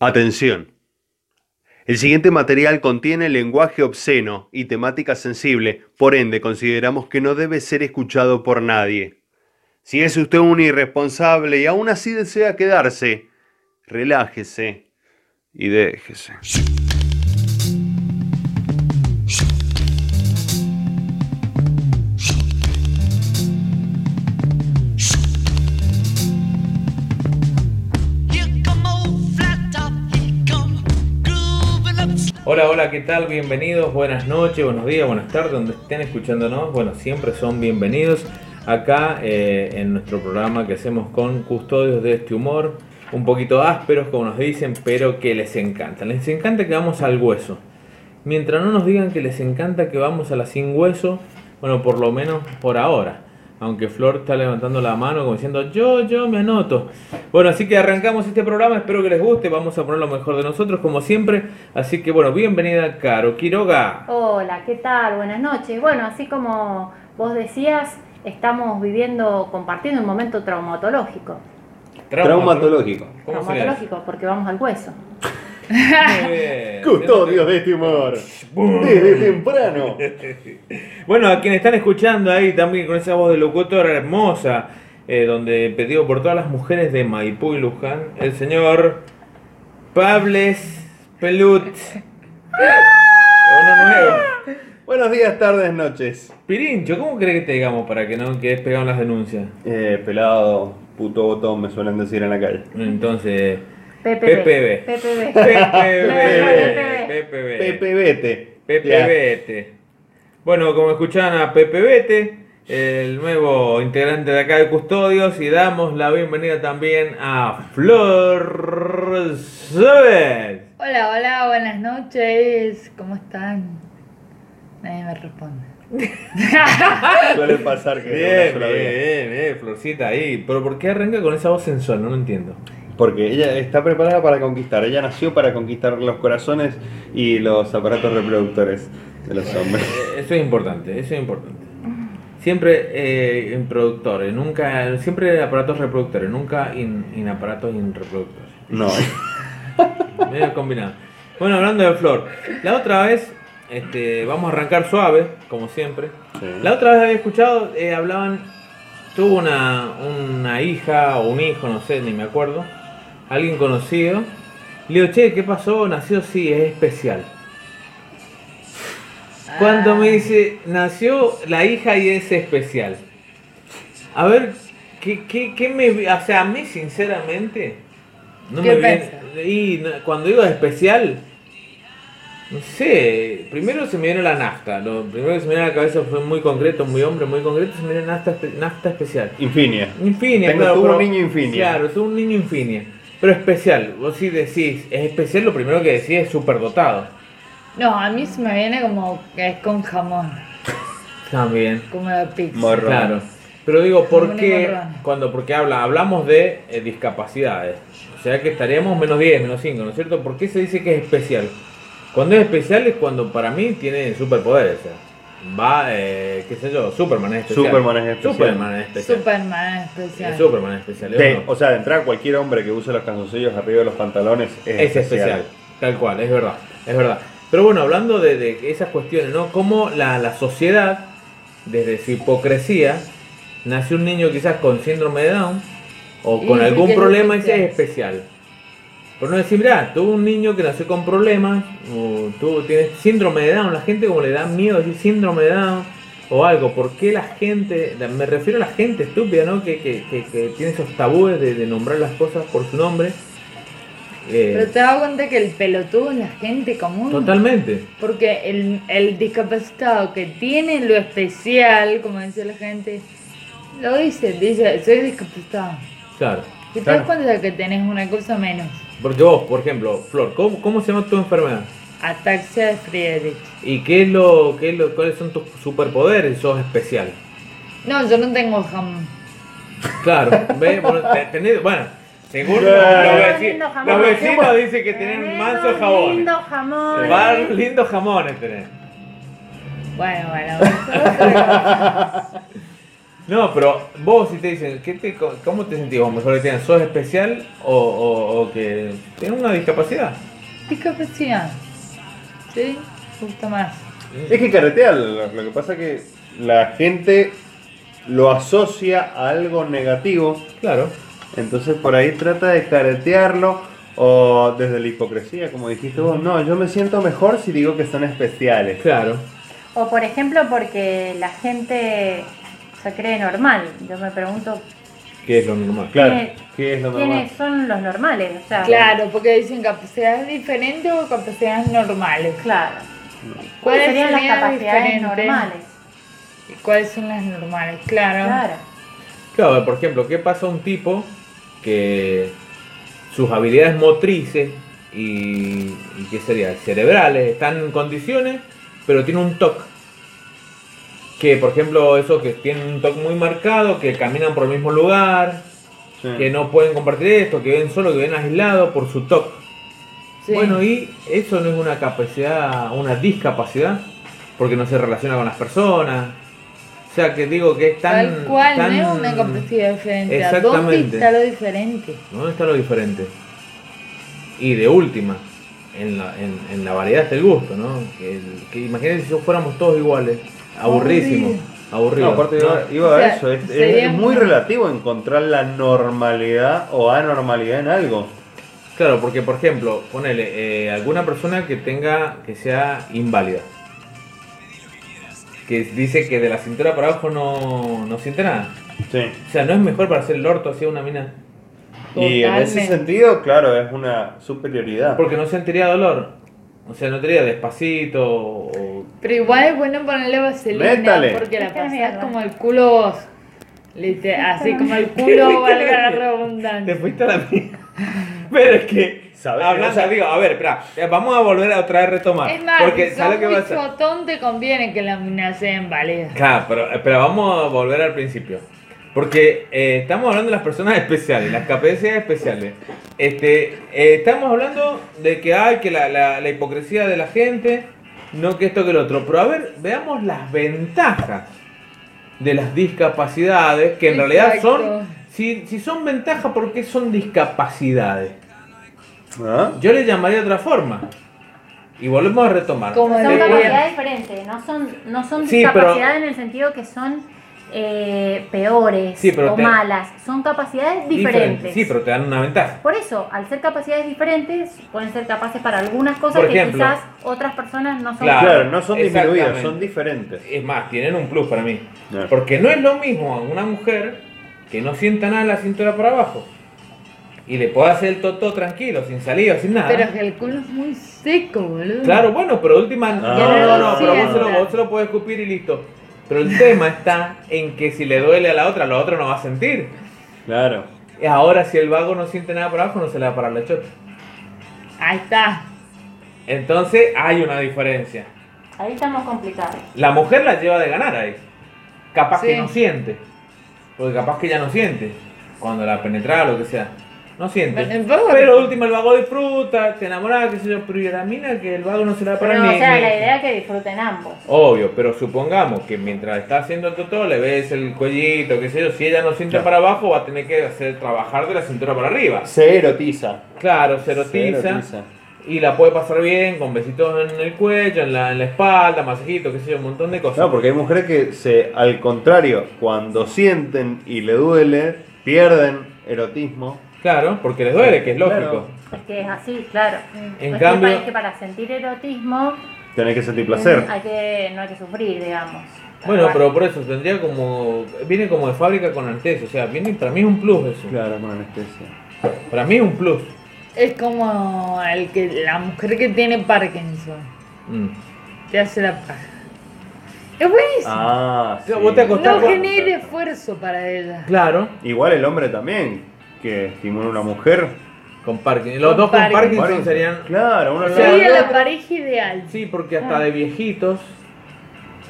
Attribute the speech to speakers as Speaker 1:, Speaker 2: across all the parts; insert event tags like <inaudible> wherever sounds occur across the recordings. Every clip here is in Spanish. Speaker 1: Atención. El siguiente material contiene lenguaje obsceno y temática sensible, por ende consideramos que no debe ser escuchado por nadie. Si es usted un irresponsable y aún así desea quedarse, relájese y déjese.
Speaker 2: Hola, hola, ¿qué tal? Bienvenidos, buenas noches, buenos días, buenas tardes, donde estén escuchándonos. Bueno, siempre son bienvenidos acá eh, en nuestro programa que hacemos con custodios de este humor, un poquito ásperos, como nos dicen, pero que les encanta. Les encanta que vamos al hueso. Mientras no nos digan que les encanta que vamos a la sin hueso, bueno, por lo menos por ahora. Aunque Flor está levantando la mano como diciendo, yo, yo me anoto. Bueno, así que arrancamos este programa, espero que les guste, vamos a poner lo mejor de nosotros como siempre. Así que bueno, bienvenida Caro Quiroga.
Speaker 3: Hola, ¿qué tal? Buenas noches. Bueno, así como vos decías, estamos viviendo, compartiendo un momento traumatológico.
Speaker 1: Traumatológico.
Speaker 2: ¿Cómo sería eso?
Speaker 3: Traumatológico, porque vamos al hueso.
Speaker 2: Muy
Speaker 1: <laughs>
Speaker 2: bien.
Speaker 1: Custodios de este
Speaker 2: <laughs>
Speaker 1: humor. Desde temprano.
Speaker 2: Bueno, a quienes están escuchando ahí también con esa voz de locutora hermosa, eh, donde pedido por todas las mujeres de Maipú y Luján, el señor Pables
Speaker 1: <laughs>
Speaker 2: Pelut. Uno nuevo.
Speaker 1: Buenos días, tardes, noches.
Speaker 2: Pirincho, ¿cómo crees que te digamos para que no quedes pegado en las denuncias?
Speaker 1: Eh, pelado, puto botón, me suelen decir en la calle. <laughs>
Speaker 2: Entonces, PPB.
Speaker 3: PPB. PPB.
Speaker 2: PPB, PPB.
Speaker 1: Eh, Pepebete.
Speaker 2: Pepebete. Bueno, como escuchaban a Pepebete, el nuevo integrante de acá de Custodios, y damos la bienvenida también a Flor Suárez.
Speaker 4: Hola, hola, buenas noches. ¿Cómo están? Nadie me responde.
Speaker 1: Ya, Suele pasar que
Speaker 2: Bien,
Speaker 1: una sola
Speaker 2: bien,
Speaker 1: vez.
Speaker 2: bien, bien, Florcita ahí. Pero ¿por qué arranca con esa voz sensual? No lo entiendo.
Speaker 1: Porque ella está preparada para conquistar. Ella nació para conquistar los corazones y los aparatos reproductores de los
Speaker 2: <laughs>
Speaker 1: hombres.
Speaker 2: Eh, Eso es importante, eso es importante. Siempre eh, en productores, nunca, siempre en aparatos reproductores, nunca en aparatos y en reproductores.
Speaker 1: No.
Speaker 2: Medio combinado. Bueno, hablando de Flor, la otra vez, este, vamos a arrancar suave, como siempre. La otra vez había escuchado, eh, hablaban, tuvo una, una hija o un hijo, no sé, ni me acuerdo, alguien conocido. Le digo, che, ¿qué pasó? Nació, sí, es especial. Cuando me dice, nació la hija y es especial. A ver, ¿qué, qué, qué me... vi- O sea, a mí sinceramente... No
Speaker 4: ¿Qué
Speaker 2: me viene,
Speaker 4: pensás?
Speaker 2: y no- cuando digo especial, no sé, primero se me viene la nafta. Lo primero que se me viene a la cabeza fue muy concreto, muy hombre, muy concreto, se me viene nafta, espe- nafta especial.
Speaker 1: Infinia.
Speaker 2: Infinia,
Speaker 1: Tengo-
Speaker 2: claro.
Speaker 1: tuvo
Speaker 2: pero-
Speaker 1: un niño Infinia.
Speaker 2: Claro, tuvo un niño Infinia. Pero especial, vos si decís, es especial, lo primero que decís es superdotado.
Speaker 4: No, a mí se me viene como que es con jamón,
Speaker 2: También.
Speaker 4: como la pizza.
Speaker 1: Morro. Morrón.
Speaker 2: Claro. Pero digo, ¿por
Speaker 4: Morrón,
Speaker 2: qué?
Speaker 4: morrón.
Speaker 2: Cuando, porque habla, hablamos de eh, discapacidades. O sea que estaríamos menos 10, menos 5, ¿no es cierto? ¿Por qué se dice que es especial? Cuando es especial es cuando para mí tiene superpoderes. O sea, va, eh, qué sé yo, Superman es especial.
Speaker 1: Superman es especial.
Speaker 2: Superman es especial.
Speaker 4: Superman
Speaker 2: Eh,
Speaker 4: especial.
Speaker 2: Superman es especial. es
Speaker 1: De-
Speaker 2: uno.
Speaker 1: o sea, de entrada cualquier hombre que use los calzoncillos arriba de los pantalones es,
Speaker 2: es especial. Tal cual, es verdad, es verdad. Pero bueno, hablando de, de esas cuestiones, ¿no? Cómo la, la sociedad, desde su hipocresía, nace un niño quizás con síndrome de Down o
Speaker 4: Y
Speaker 2: con
Speaker 4: dice
Speaker 2: algún
Speaker 4: que es
Speaker 2: problema y
Speaker 4: especial.
Speaker 2: dice, es especial. Pero no decir, mirá, tuvo un niño que nació con problemas, o tuvo, tiene síndrome de Down, la gente como le da miedo decir síndrome de Down o algo, ¿por qué la gente, me refiero a la gente estúpida, ¿no? Que, que, que- que tiene esos tabúes de, de nombrar las cosas por su nombre. Eh,
Speaker 4: Pero te das cuenta que el pelotudo es la gente común.
Speaker 2: Totalmente.
Speaker 4: Porque el, el discapacitado que tiene lo especial, como dice la gente, lo dice, dice, soy discapacitado.
Speaker 2: Claro.
Speaker 4: Y te
Speaker 1: Claro.
Speaker 4: das cuenta que tenés una cosa menos.
Speaker 2: Porque vos, por ejemplo, Flor, ¿cómo, cómo se llama tu enfermedad?
Speaker 4: Ataxia de Friedrich.
Speaker 2: ¿Y qué es lo, qué es lo, cuáles son tus superpoderes? Sos especial.
Speaker 4: No, yo no tengo jamón.
Speaker 3: <laughs>
Speaker 2: Claro. ¿ves? Bueno, te- tenés- bueno, seguro
Speaker 1: Yeah.
Speaker 2: los,
Speaker 3: Tenemos
Speaker 2: veci-
Speaker 3: lindo jamón.
Speaker 2: los vecinos dicen que tienen
Speaker 3: Tenemos
Speaker 2: manso jabón.
Speaker 3: Lindo jamón.
Speaker 2: Bar, lindos jamones tenés.
Speaker 4: Bueno, bueno. bueno.
Speaker 2: No, pero vos si te dicen, ¿qué te, co- ¿cómo te sentís vos? Mejor que tienes, ¿sos especial o, o- o que tienes una discapacidad?
Speaker 4: Discapacidad. Sí, me gusta más.
Speaker 1: Es que carretea, lo lo que pasa es que la gente lo asocia a algo negativo,
Speaker 2: Claro.
Speaker 1: entonces por ahí trata de carretearlo o desde la hipocresía, como dijiste vos, no, yo me siento mejor si digo que son especiales.
Speaker 2: Claro.
Speaker 3: O por ejemplo porque la gente se cree normal. Yo me pregunto
Speaker 2: Que es lo normal.
Speaker 1: Claro,
Speaker 3: ¿Quién es-
Speaker 1: ¿qué es lo normal?
Speaker 3: quiénes son los normales. O sea,
Speaker 4: Claro, porque dicen capacidades diferentes o capacidades normales.
Speaker 3: claro.
Speaker 4: ¿Cuáles
Speaker 3: ¿Cuáles serían las
Speaker 4: serían las
Speaker 3: capacidades
Speaker 4: diferentes?
Speaker 3: normales?
Speaker 4: ¿Y cuáles son las normales? Claro.
Speaker 3: Claro.
Speaker 2: Claro, por ejemplo, ¿qué pasa a un tipo que sus habilidades motrices y, y qué sería, cerebrales, están en condiciones, pero tiene un toque? Que, por ejemplo, esos que tienen un toque muy marcado, que caminan por el mismo lugar,
Speaker 1: Sí.
Speaker 2: que no pueden compartir esto, que ven solo, que ven aislado por su toque.
Speaker 4: Sí.
Speaker 2: Bueno, y eso no es una capacidad, una discapacidad, porque no se relaciona con las personas. O sea, que digo que es tan...
Speaker 4: Tal cual,
Speaker 2: tan-
Speaker 4: no es una capacidad diferente. ¿A ¿Dónde
Speaker 2: Exactamente.
Speaker 4: está lo diferente?
Speaker 2: ¿Dónde está lo diferente? Y de última, en la, en, en la variedad está el gusto, ¿no? Que, que imagínense si fuéramos todos iguales. Aburrísimo. Aburrido.
Speaker 1: No, aparte
Speaker 2: ¿no?
Speaker 1: iba, iba
Speaker 4: O
Speaker 1: a
Speaker 4: sea,
Speaker 1: eso, es, es-
Speaker 4: sería
Speaker 1: es muy
Speaker 4: como-
Speaker 1: relativo encontrar la normalidad o anormalidad en algo.
Speaker 2: Claro, porque por ejemplo, ponele eh, alguna persona que tenga, que sea inválida. Que dice que de la cintura para abajo no, no siente nada.
Speaker 1: Sí.
Speaker 2: O sea, no es mejor para hacer el orto hacia una mina.
Speaker 1: Y en ese
Speaker 4: Totalmente.
Speaker 1: sentido, claro, es una superioridad.
Speaker 2: Porque no sentiría dolor. O sea, no tendría despacito o...
Speaker 4: Pero igual es bueno ponerle vaselina
Speaker 1: Métale.
Speaker 4: porque la
Speaker 3: Esta es
Speaker 4: pasás
Speaker 3: mierda.
Speaker 4: como el culo vos. Lite- así como
Speaker 2: <laughs>
Speaker 4: el culo valga la redundancia.
Speaker 2: Te fuiste a la mierda. Pero es que...
Speaker 1: ¿Sabes?
Speaker 2: Hablando,
Speaker 1: O sea-
Speaker 2: digo, a ver, espera. eh, Vamos a volver a otra vez retomar.
Speaker 4: Es más,
Speaker 2: porque
Speaker 4: si sos
Speaker 2: ¿sabes lo que
Speaker 4: muy
Speaker 2: va a ser?
Speaker 4: chotón, te conviene que la mina sea inválida.
Speaker 2: Claro, pero, eh, pero vamos a volver al principio. Porque eh, estamos hablando de las personas especiales, las capacidades especiales. Este, eh, estamos hablando de que hay que la, la- la hipocresía de la gente, no que esto que lo otro. Pero a ver, veamos las ventajas de las discapacidades, que en realidad
Speaker 4: Exacto.
Speaker 2: son, si, si son ventajas, ¿por qué son discapacidades?
Speaker 1: ¿Ah?
Speaker 2: Yo le llamaría de otra forma. Y volvemos a retomar.
Speaker 4: Como
Speaker 3: Son
Speaker 4: Bueno,
Speaker 2: Después-
Speaker 4: bien.
Speaker 3: capacidades diferentes, no son, no son
Speaker 2: Sí, pero-
Speaker 3: capacidades en el sentido que son eh, peores
Speaker 2: Sí, pero
Speaker 3: o
Speaker 2: te-
Speaker 3: malas, son capacidades diferentes.
Speaker 2: Sí, pero te dan una ventaja.
Speaker 3: Por eso, al ser capacidades diferentes, pueden ser capaces para algunas cosas
Speaker 2: Por
Speaker 3: que
Speaker 2: ejemplo.
Speaker 3: quizás otras personas no son.
Speaker 2: Claro.
Speaker 1: Claro, no son
Speaker 2: Exactamente.
Speaker 1: disminuidas, son diferentes.
Speaker 2: Es más, tienen un plus para mí.
Speaker 1: Claro.
Speaker 2: Porque no es lo mismo a una mujer que no sienta nada en la cintura para abajo. Y le puede hacer el totó tranquilo, sin salida, sin nada.
Speaker 4: Pero que el culo es muy seco, boludo.
Speaker 2: Ah. Claro, bueno, pero última... No, no, no, no, pero vos se, lo, vos se lo podés escupir y listo. Pero el tema está en que si le duele a la otra, la otra no va a sentir.
Speaker 1: Claro.
Speaker 2: Y Ahora, si el vago no siente nada para abajo, no se le va a parar la chota.
Speaker 4: Ahí está.
Speaker 2: Entonces, hay una diferencia.
Speaker 3: Ahí estamos complicados.
Speaker 2: La mujer la lleva de ganar ahí. Capaz que
Speaker 4: Sí.
Speaker 2: no siente. Porque capaz que ya no siente. Cuando la penetra o lo que sea. No siente.
Speaker 4: Bueno, vamos.
Speaker 2: pero último el vago disfruta, te enamora, qué sé yo, pero y a la mina que el vago no se la para
Speaker 3: Pero,
Speaker 2: ni,
Speaker 3: o sea,
Speaker 2: ni-
Speaker 3: la idea es que disfruten ambos.
Speaker 2: Obvio, pero supongamos que mientras está haciendo el totó le ves el cuellito, qué sé yo, si ella no siente
Speaker 1: Claro.
Speaker 2: para abajo va a tener que hacer trabajar de la cintura para arriba.
Speaker 1: Se erotiza.
Speaker 2: Claro, se erotiza. Y la puede pasar bien, con besitos en el cuello, en la, en la espalda, masajito, qué sé yo, un montón de cosas.
Speaker 1: No, porque hay mujeres que se, al contrario, cuando sienten y le duele, pierden erotismo.
Speaker 2: Claro, porque les duele, que es lógico.
Speaker 3: Es que es así, claro.
Speaker 2: En
Speaker 3: es
Speaker 2: cambio-
Speaker 3: que para, es que para sentir erotismo mm,
Speaker 1: Tenés que sentir placer.
Speaker 3: hay que, no hay que sufrir, digamos.
Speaker 2: Bueno, pero por eso tendría como. Viene como de fábrica con antes, o sea, viene para mí es un plus eso.
Speaker 1: Claro, con anestesia.
Speaker 2: Para mí es un plus.
Speaker 4: Es como el que, la mujer que tiene Parkinson.
Speaker 2: Mm.
Speaker 4: Te hace la paja. Es buenísimo.
Speaker 1: Ah, sí.
Speaker 2: Vos te acostás
Speaker 4: no
Speaker 2: con-
Speaker 4: genera esfuerzo para ella.
Speaker 2: Claro,
Speaker 1: Igual el hombre también, que estimula a una mujer.
Speaker 2: con Parkinson. Los
Speaker 4: Con
Speaker 2: dos con
Speaker 4: Parkinson.
Speaker 2: Parkinson serían.
Speaker 1: Claro, uno
Speaker 2: O
Speaker 1: al
Speaker 2: sea,
Speaker 1: lado
Speaker 4: Sería
Speaker 1: del
Speaker 4: la
Speaker 1: otro.
Speaker 4: pareja ideal. Ah.
Speaker 2: Sí, porque hasta de viejitos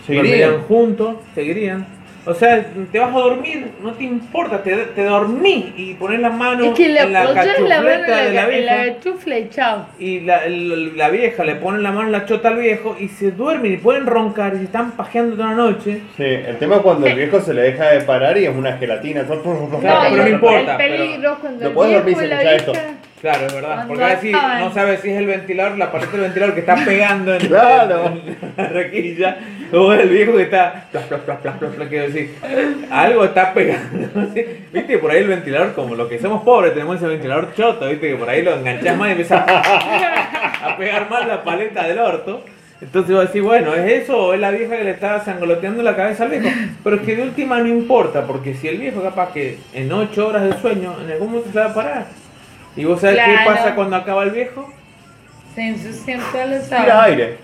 Speaker 1: Seguirían.
Speaker 2: seguirían juntos, seguirían. O sea, te vas a dormir, no te importa, te, te dormí y pones la mano
Speaker 4: Es que la
Speaker 2: en la
Speaker 4: apoyas la mano
Speaker 2: cachufleta de
Speaker 4: en
Speaker 2: la
Speaker 4: la, en la
Speaker 2: vieja.
Speaker 4: cachufla y chao.
Speaker 2: Y la, el- la vieja le pone la mano en la chota al viejo y se duermen y pueden roncar y se están pajeando toda la noche.
Speaker 5: Sí, el tema es cuando el viejo se le deja de parar y es una gelatina. todo-
Speaker 2: Claro,
Speaker 4: y
Speaker 2: pero no
Speaker 4: el-
Speaker 2: importa,
Speaker 4: El peligro es cuando
Speaker 5: No
Speaker 4: el
Speaker 5: podés dormir
Speaker 4: viejo y
Speaker 5: sin
Speaker 4: la
Speaker 5: escuchar
Speaker 4: vieja...
Speaker 5: esto.
Speaker 2: Claro, es verdad.
Speaker 4: Cuando
Speaker 2: Porque a veces
Speaker 4: acaban.
Speaker 2: no sabe si es el ventilador, la parte del ventilador
Speaker 4: <laughs>
Speaker 2: que está pegando en,
Speaker 5: Claro.
Speaker 2: en la raquilla, o el viejo que está. plas, plas, plas, plas, plas, plas, quiero decir, algo está pegando. <laughs> así. Viste, por ahí el ventilador, como los que somos pobres, tenemos ese ventilador choto, viste, que por ahí lo enganchás más y empieza
Speaker 4: <laughs>
Speaker 2: a, a pegar más la paleta del orto. Entonces vos decís, bueno, ¿es eso o es la vieja que le está sangoloteando la cabeza al viejo? Pero es que de última no importa, porque si el viejo capaz que en 8 horas de sueño, en algún momento se va a parar. ¿Y vos sabés qué
Speaker 4: Claro.
Speaker 2: pasa cuando acaba el viejo?
Speaker 4: Se ensucian todos los
Speaker 5: Tira
Speaker 4: <laughs> sábados.
Speaker 5: aire.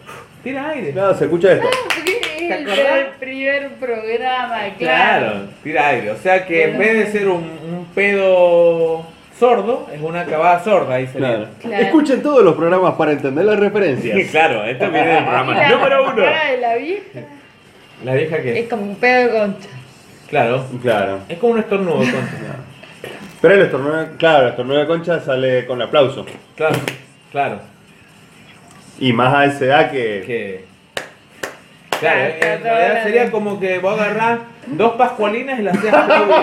Speaker 2: Tira aire.
Speaker 5: No, se escucha esto.
Speaker 4: Porque
Speaker 2: ¿Te
Speaker 4: es
Speaker 2: acordás?
Speaker 4: el primer programa, claro.
Speaker 2: Claro, tira aire. O sea que en vez de ser un, un pedo sordo, es una acabada sorda, ahí sería.
Speaker 5: Claro.
Speaker 2: Claro.
Speaker 4: Claro.
Speaker 5: Escuchen todos los programas para entender las referencias.
Speaker 2: claro, esto viene del
Speaker 4: Y
Speaker 2: programa
Speaker 4: la
Speaker 2: número uno.
Speaker 4: cara de la vieja
Speaker 2: La vieja que.
Speaker 4: es como un pedo de concha.
Speaker 2: Claro.
Speaker 5: Claro.
Speaker 2: Es como un estornudo, concha.
Speaker 5: Pero el estornudo, claro, el estornudo de concha sale con aplauso.
Speaker 2: Claro, claro.
Speaker 5: Y más a esa edad que...
Speaker 2: Que. Claro,
Speaker 4: Claro,
Speaker 2: en realidad sería como que vos agarrás dos pascualinas y las hacías
Speaker 4: <laughs>
Speaker 2: aplaudir.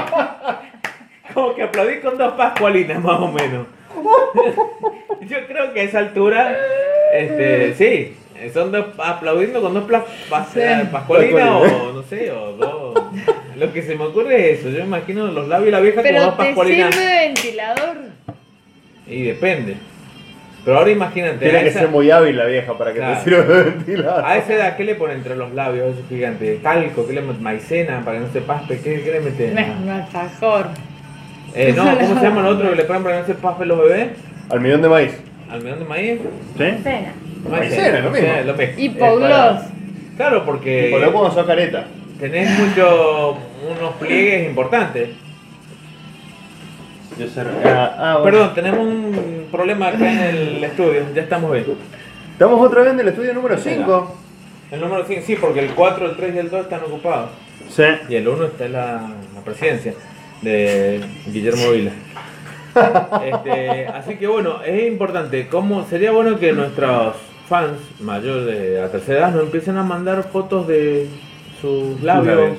Speaker 2: Como que aplaudís con dos pascualinas, más o menos. <laughs> Yo creo que a esa altura, este, sí, son dos aplaudiendo con dos plas- pas-
Speaker 4: Sí.
Speaker 2: pascualinas o
Speaker 5: Pascualinas.
Speaker 2: no sé, o dos. Lo que se me ocurre es eso. Yo me imagino los labios de la vieja como
Speaker 4: Pero
Speaker 2: dos
Speaker 4: te
Speaker 2: pascualinas.
Speaker 4: sirve de ventilador.
Speaker 2: Y depende. Pero ahora imagínate. a
Speaker 5: Tiene que
Speaker 2: esa-
Speaker 5: ser muy hábil la vieja para que
Speaker 2: Claro.
Speaker 5: te sirva de ventilador.
Speaker 2: A esa edad, ¿qué le ponen entre los labios esos gigantes? ¿Talco? ¿Qué le meten? ¿Maicena? Para que no se paspe. ¿Qué, qué le meten?
Speaker 4: No, un alfajor.
Speaker 2: Eh, no, ¿cómo se llama el otro que le ponen para que no se paspe los bebés?
Speaker 5: Almidón de maíz.
Speaker 2: ¿Almidón de maíz?
Speaker 5: ¿Sí?
Speaker 3: Cena.
Speaker 5: Maicena, lo mismo.
Speaker 2: Maicena, lo mismo.
Speaker 4: Y
Speaker 2: Es para-
Speaker 4: Poglos.
Speaker 2: Claro,
Speaker 5: Y coló
Speaker 2: porque
Speaker 5: cuando sos careta.
Speaker 2: tenés muchos unos pliegues importantes.
Speaker 5: Yo sé. Ah, ah, bueno.
Speaker 2: Perdón, tenemos un problema acá en el estudio. Ya estamos bien.
Speaker 5: Estamos otra vez en el estudio número 5.
Speaker 2: El número 5, sí, porque el 4, el 3 y el 2 están ocupados.
Speaker 5: Sí.
Speaker 2: Y el 1 está en la, la presidencia de Guillermo Vila. Este, así que bueno, es importante. ¿cómo, sería bueno que nuestros fans mayores de a tercera edad nos empiecen a mandar fotos de sus labios.
Speaker 5: labios.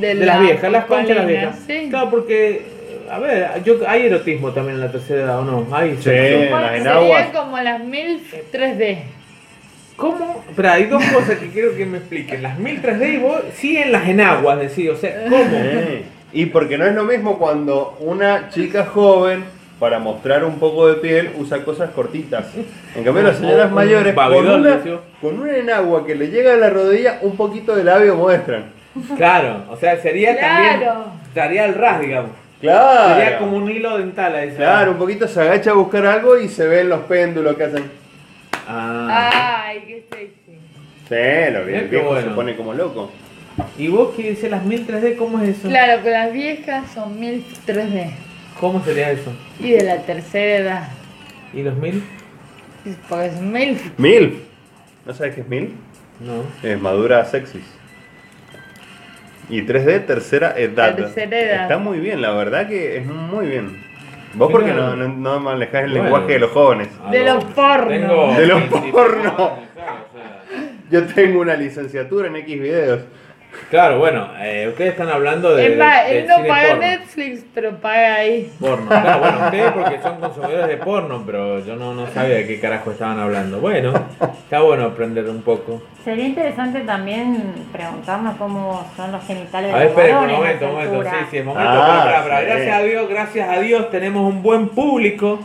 Speaker 2: De, las viejas, las conchas de las
Speaker 4: pascualinas,
Speaker 2: viejas.
Speaker 4: Sí.
Speaker 2: Claro, porque, a ver, yo, hay erotismo también en la tercera edad, ¿o no? Hay
Speaker 5: Sí.
Speaker 2: sexo.
Speaker 5: En las
Speaker 4: Bueno,
Speaker 5: enaguas.
Speaker 4: serían como las mil 3D.
Speaker 2: ¿Cómo? Pero hay dos cosas que quiero que me expliquen. Las 1003D y vos, sí en las enaguas, decís, o sea, ¿cómo?
Speaker 5: Sí. Y porque no es lo mismo cuando una chica joven, para mostrar un poco de piel, usa cosas cortitas. En cambio, las señoras
Speaker 2: Un
Speaker 5: mayores, con
Speaker 2: babidón,
Speaker 5: una,
Speaker 2: decís vos.
Speaker 5: con una enagua que le llega a la rodilla, un poquito de labio muestran.
Speaker 2: Claro, o sea, sería
Speaker 4: Claro.
Speaker 2: también. Estaría al ras, digamos.
Speaker 5: Claro.
Speaker 2: Sería como un hilo dental a esa.
Speaker 5: Claro, un poquito se agacha a buscar algo y se ven los péndulos que hacen.
Speaker 2: Ah.
Speaker 4: Ay, qué sexy.
Speaker 5: Sí, lo vi.
Speaker 2: Mirá
Speaker 5: El
Speaker 2: qué
Speaker 5: viejo
Speaker 2: bueno.
Speaker 5: se pone como loco.
Speaker 2: <laughs> ¿Y vos qué decís las 1003D? ¿Cómo es eso?
Speaker 4: Claro, que las viejas son mil 3D.
Speaker 2: ¿Cómo sería eso?
Speaker 4: Y de la tercera edad.
Speaker 2: ¿Y los 1000?
Speaker 4: Porque es mil.
Speaker 5: Mil. ¿No sabes qué es mil?
Speaker 2: No.
Speaker 5: Es madura sexis. Y 3D, tercera edad.
Speaker 4: Tercera edad.
Speaker 5: Está muy bien, la verdad que es muy bien. Vos
Speaker 2: Mira.
Speaker 5: porque no, no, no manejás el
Speaker 2: Bueno. Oh,
Speaker 5: lenguaje de los jóvenes.
Speaker 4: De los porno.
Speaker 2: Ah, Tengo
Speaker 5: De los
Speaker 2: 20 y pico
Speaker 5: porno.
Speaker 2: años, claro, o sea.
Speaker 5: Yo tengo una licenciatura en X videos.
Speaker 2: Claro, bueno, eh, ustedes están hablando de.
Speaker 4: Él, va-
Speaker 2: del
Speaker 4: él no
Speaker 2: cine
Speaker 4: paga
Speaker 2: porno.
Speaker 4: Netflix, pero paga ahí.
Speaker 2: Porno. Claro, bueno, ustedes porque son consumidores de porno, pero yo no, no sabía de qué carajo estaban hablando. Bueno, está bueno aprender un poco.
Speaker 3: Sería interesante también preguntarnos cómo son los genitales
Speaker 2: A
Speaker 3: de
Speaker 2: ver,
Speaker 3: los
Speaker 2: esperen, un
Speaker 3: varones.
Speaker 2: momento,
Speaker 3: a
Speaker 2: un
Speaker 3: esa
Speaker 2: momento. Sí,
Speaker 3: altura.
Speaker 2: sí, un momento.
Speaker 5: Ah,
Speaker 2: pero, pero, pero,
Speaker 5: sí.
Speaker 2: Gracias a Dios, gracias a Dios tenemos un buen público,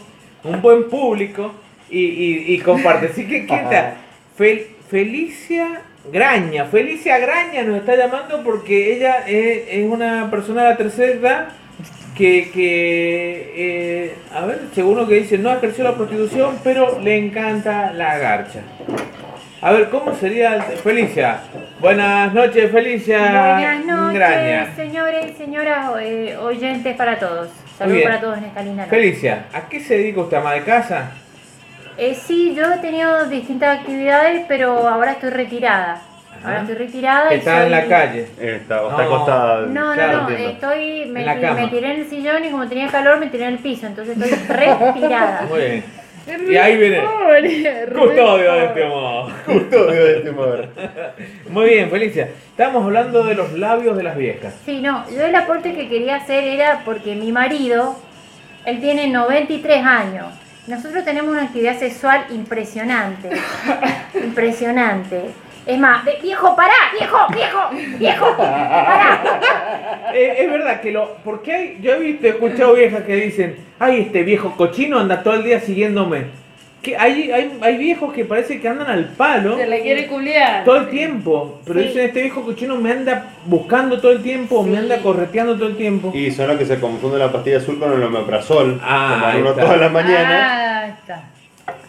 Speaker 2: un buen público y, y, y comparte. Así que, ¿qué tal? Fel- Felicia Graña, Felicia Graña nos está llamando porque ella es, es una persona de la tercera edad que, que eh, a ver, según lo que dice, no ejerció la prostitución, pero le encanta la garcha. A ver, ¿cómo sería Felicia? Buenas noches, Felicia.
Speaker 3: Buenas noches,
Speaker 2: Graña.
Speaker 3: señores y señoras eh, oyentes para todos.
Speaker 2: Muy
Speaker 3: Saludos
Speaker 2: bien.
Speaker 3: para todos en esta linda noche.
Speaker 2: Felicia, ¿a qué se dedica usted ama de casa?
Speaker 3: Eh, sí, yo he tenido distintas actividades, pero ahora estoy retirada. Ahora estoy retirada y
Speaker 2: Está en la
Speaker 3: soy-
Speaker 2: calle.
Speaker 5: Está,
Speaker 2: No.
Speaker 5: o está acostada.
Speaker 3: No, eh.
Speaker 2: Claro,
Speaker 3: no, no,
Speaker 5: entiendo.
Speaker 3: estoy, me,
Speaker 2: En la
Speaker 3: ti-
Speaker 2: cama.
Speaker 3: me tiré en el sillón y como tenía calor me tiré en el piso, entonces estoy <laughs> respirada.
Speaker 2: Muy bien. Y ahí viene. Custodio de este modo.
Speaker 5: Custodio de este mover.
Speaker 2: Muy bien, Felicia. Estamos hablando de los labios de las viejas.
Speaker 3: Sí, no, yo el aporte que quería hacer era porque mi marido, él tiene 93 años. Nosotros tenemos una actividad sexual impresionante. impresionante. Es más, de- viejo, pará, viejo, viejo, viejo, pará.
Speaker 2: Eh, es verdad que lo. Porque hay, yo he visto, he escuchado viejas que dicen, ay, este viejo cochino anda todo el día siguiéndome. Que hay, hay, hay viejos que parece que andan al palo
Speaker 4: Se la quiere culiar.
Speaker 2: todo el tiempo. Pero
Speaker 3: Sí.
Speaker 2: dicen, este viejo cochino me anda buscando todo el tiempo, me
Speaker 3: Sí.
Speaker 2: anda correteando todo el tiempo.
Speaker 5: Y son los que se confunden la pastilla azul con el omeprazol.
Speaker 2: Ah,
Speaker 5: toman
Speaker 2: ahí
Speaker 5: uno
Speaker 2: está.
Speaker 5: todas las mañanas.
Speaker 4: Ah, ahí está.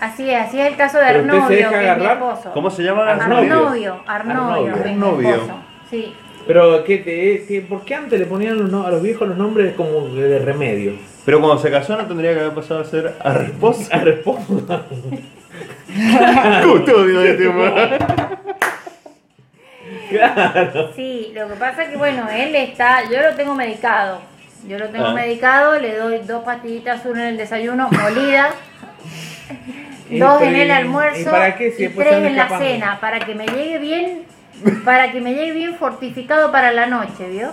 Speaker 3: Así es, así es el caso de
Speaker 2: Pero usted se
Speaker 3: Arnovio, que
Speaker 2: deja
Speaker 3: es mi
Speaker 2: agarrar.
Speaker 3: esposo.
Speaker 5: ¿Cómo se llama?
Speaker 3: Arnovio, Arnovio,
Speaker 2: Arnovio.
Speaker 3: que es mi
Speaker 5: Arnovio.
Speaker 3: esposo. Sí.
Speaker 2: Pero, ¿qué te, qué- ¿por qué antes le ponían los no- a los viejos los nombres como de, de remedio?
Speaker 5: Pero cuando se casó no tendría que haber pasado a ser
Speaker 3: <laughs>
Speaker 5: arposa.
Speaker 2: A respuesta.
Speaker 5: Custodio de este mover.
Speaker 3: Sí, lo que pasa es que bueno, él está, yo lo tengo medicado. Yo lo tengo
Speaker 5: Ah.
Speaker 3: medicado, le doy dos pastillitas, una en el desayuno, molida, dos en el almuerzo
Speaker 2: ¿Y para qué si
Speaker 3: y
Speaker 2: después
Speaker 3: tres
Speaker 2: anda
Speaker 3: en la
Speaker 2: escapando?
Speaker 3: cena, para que me llegue bien, para que me llegue bien fortificado para la noche, ¿vio?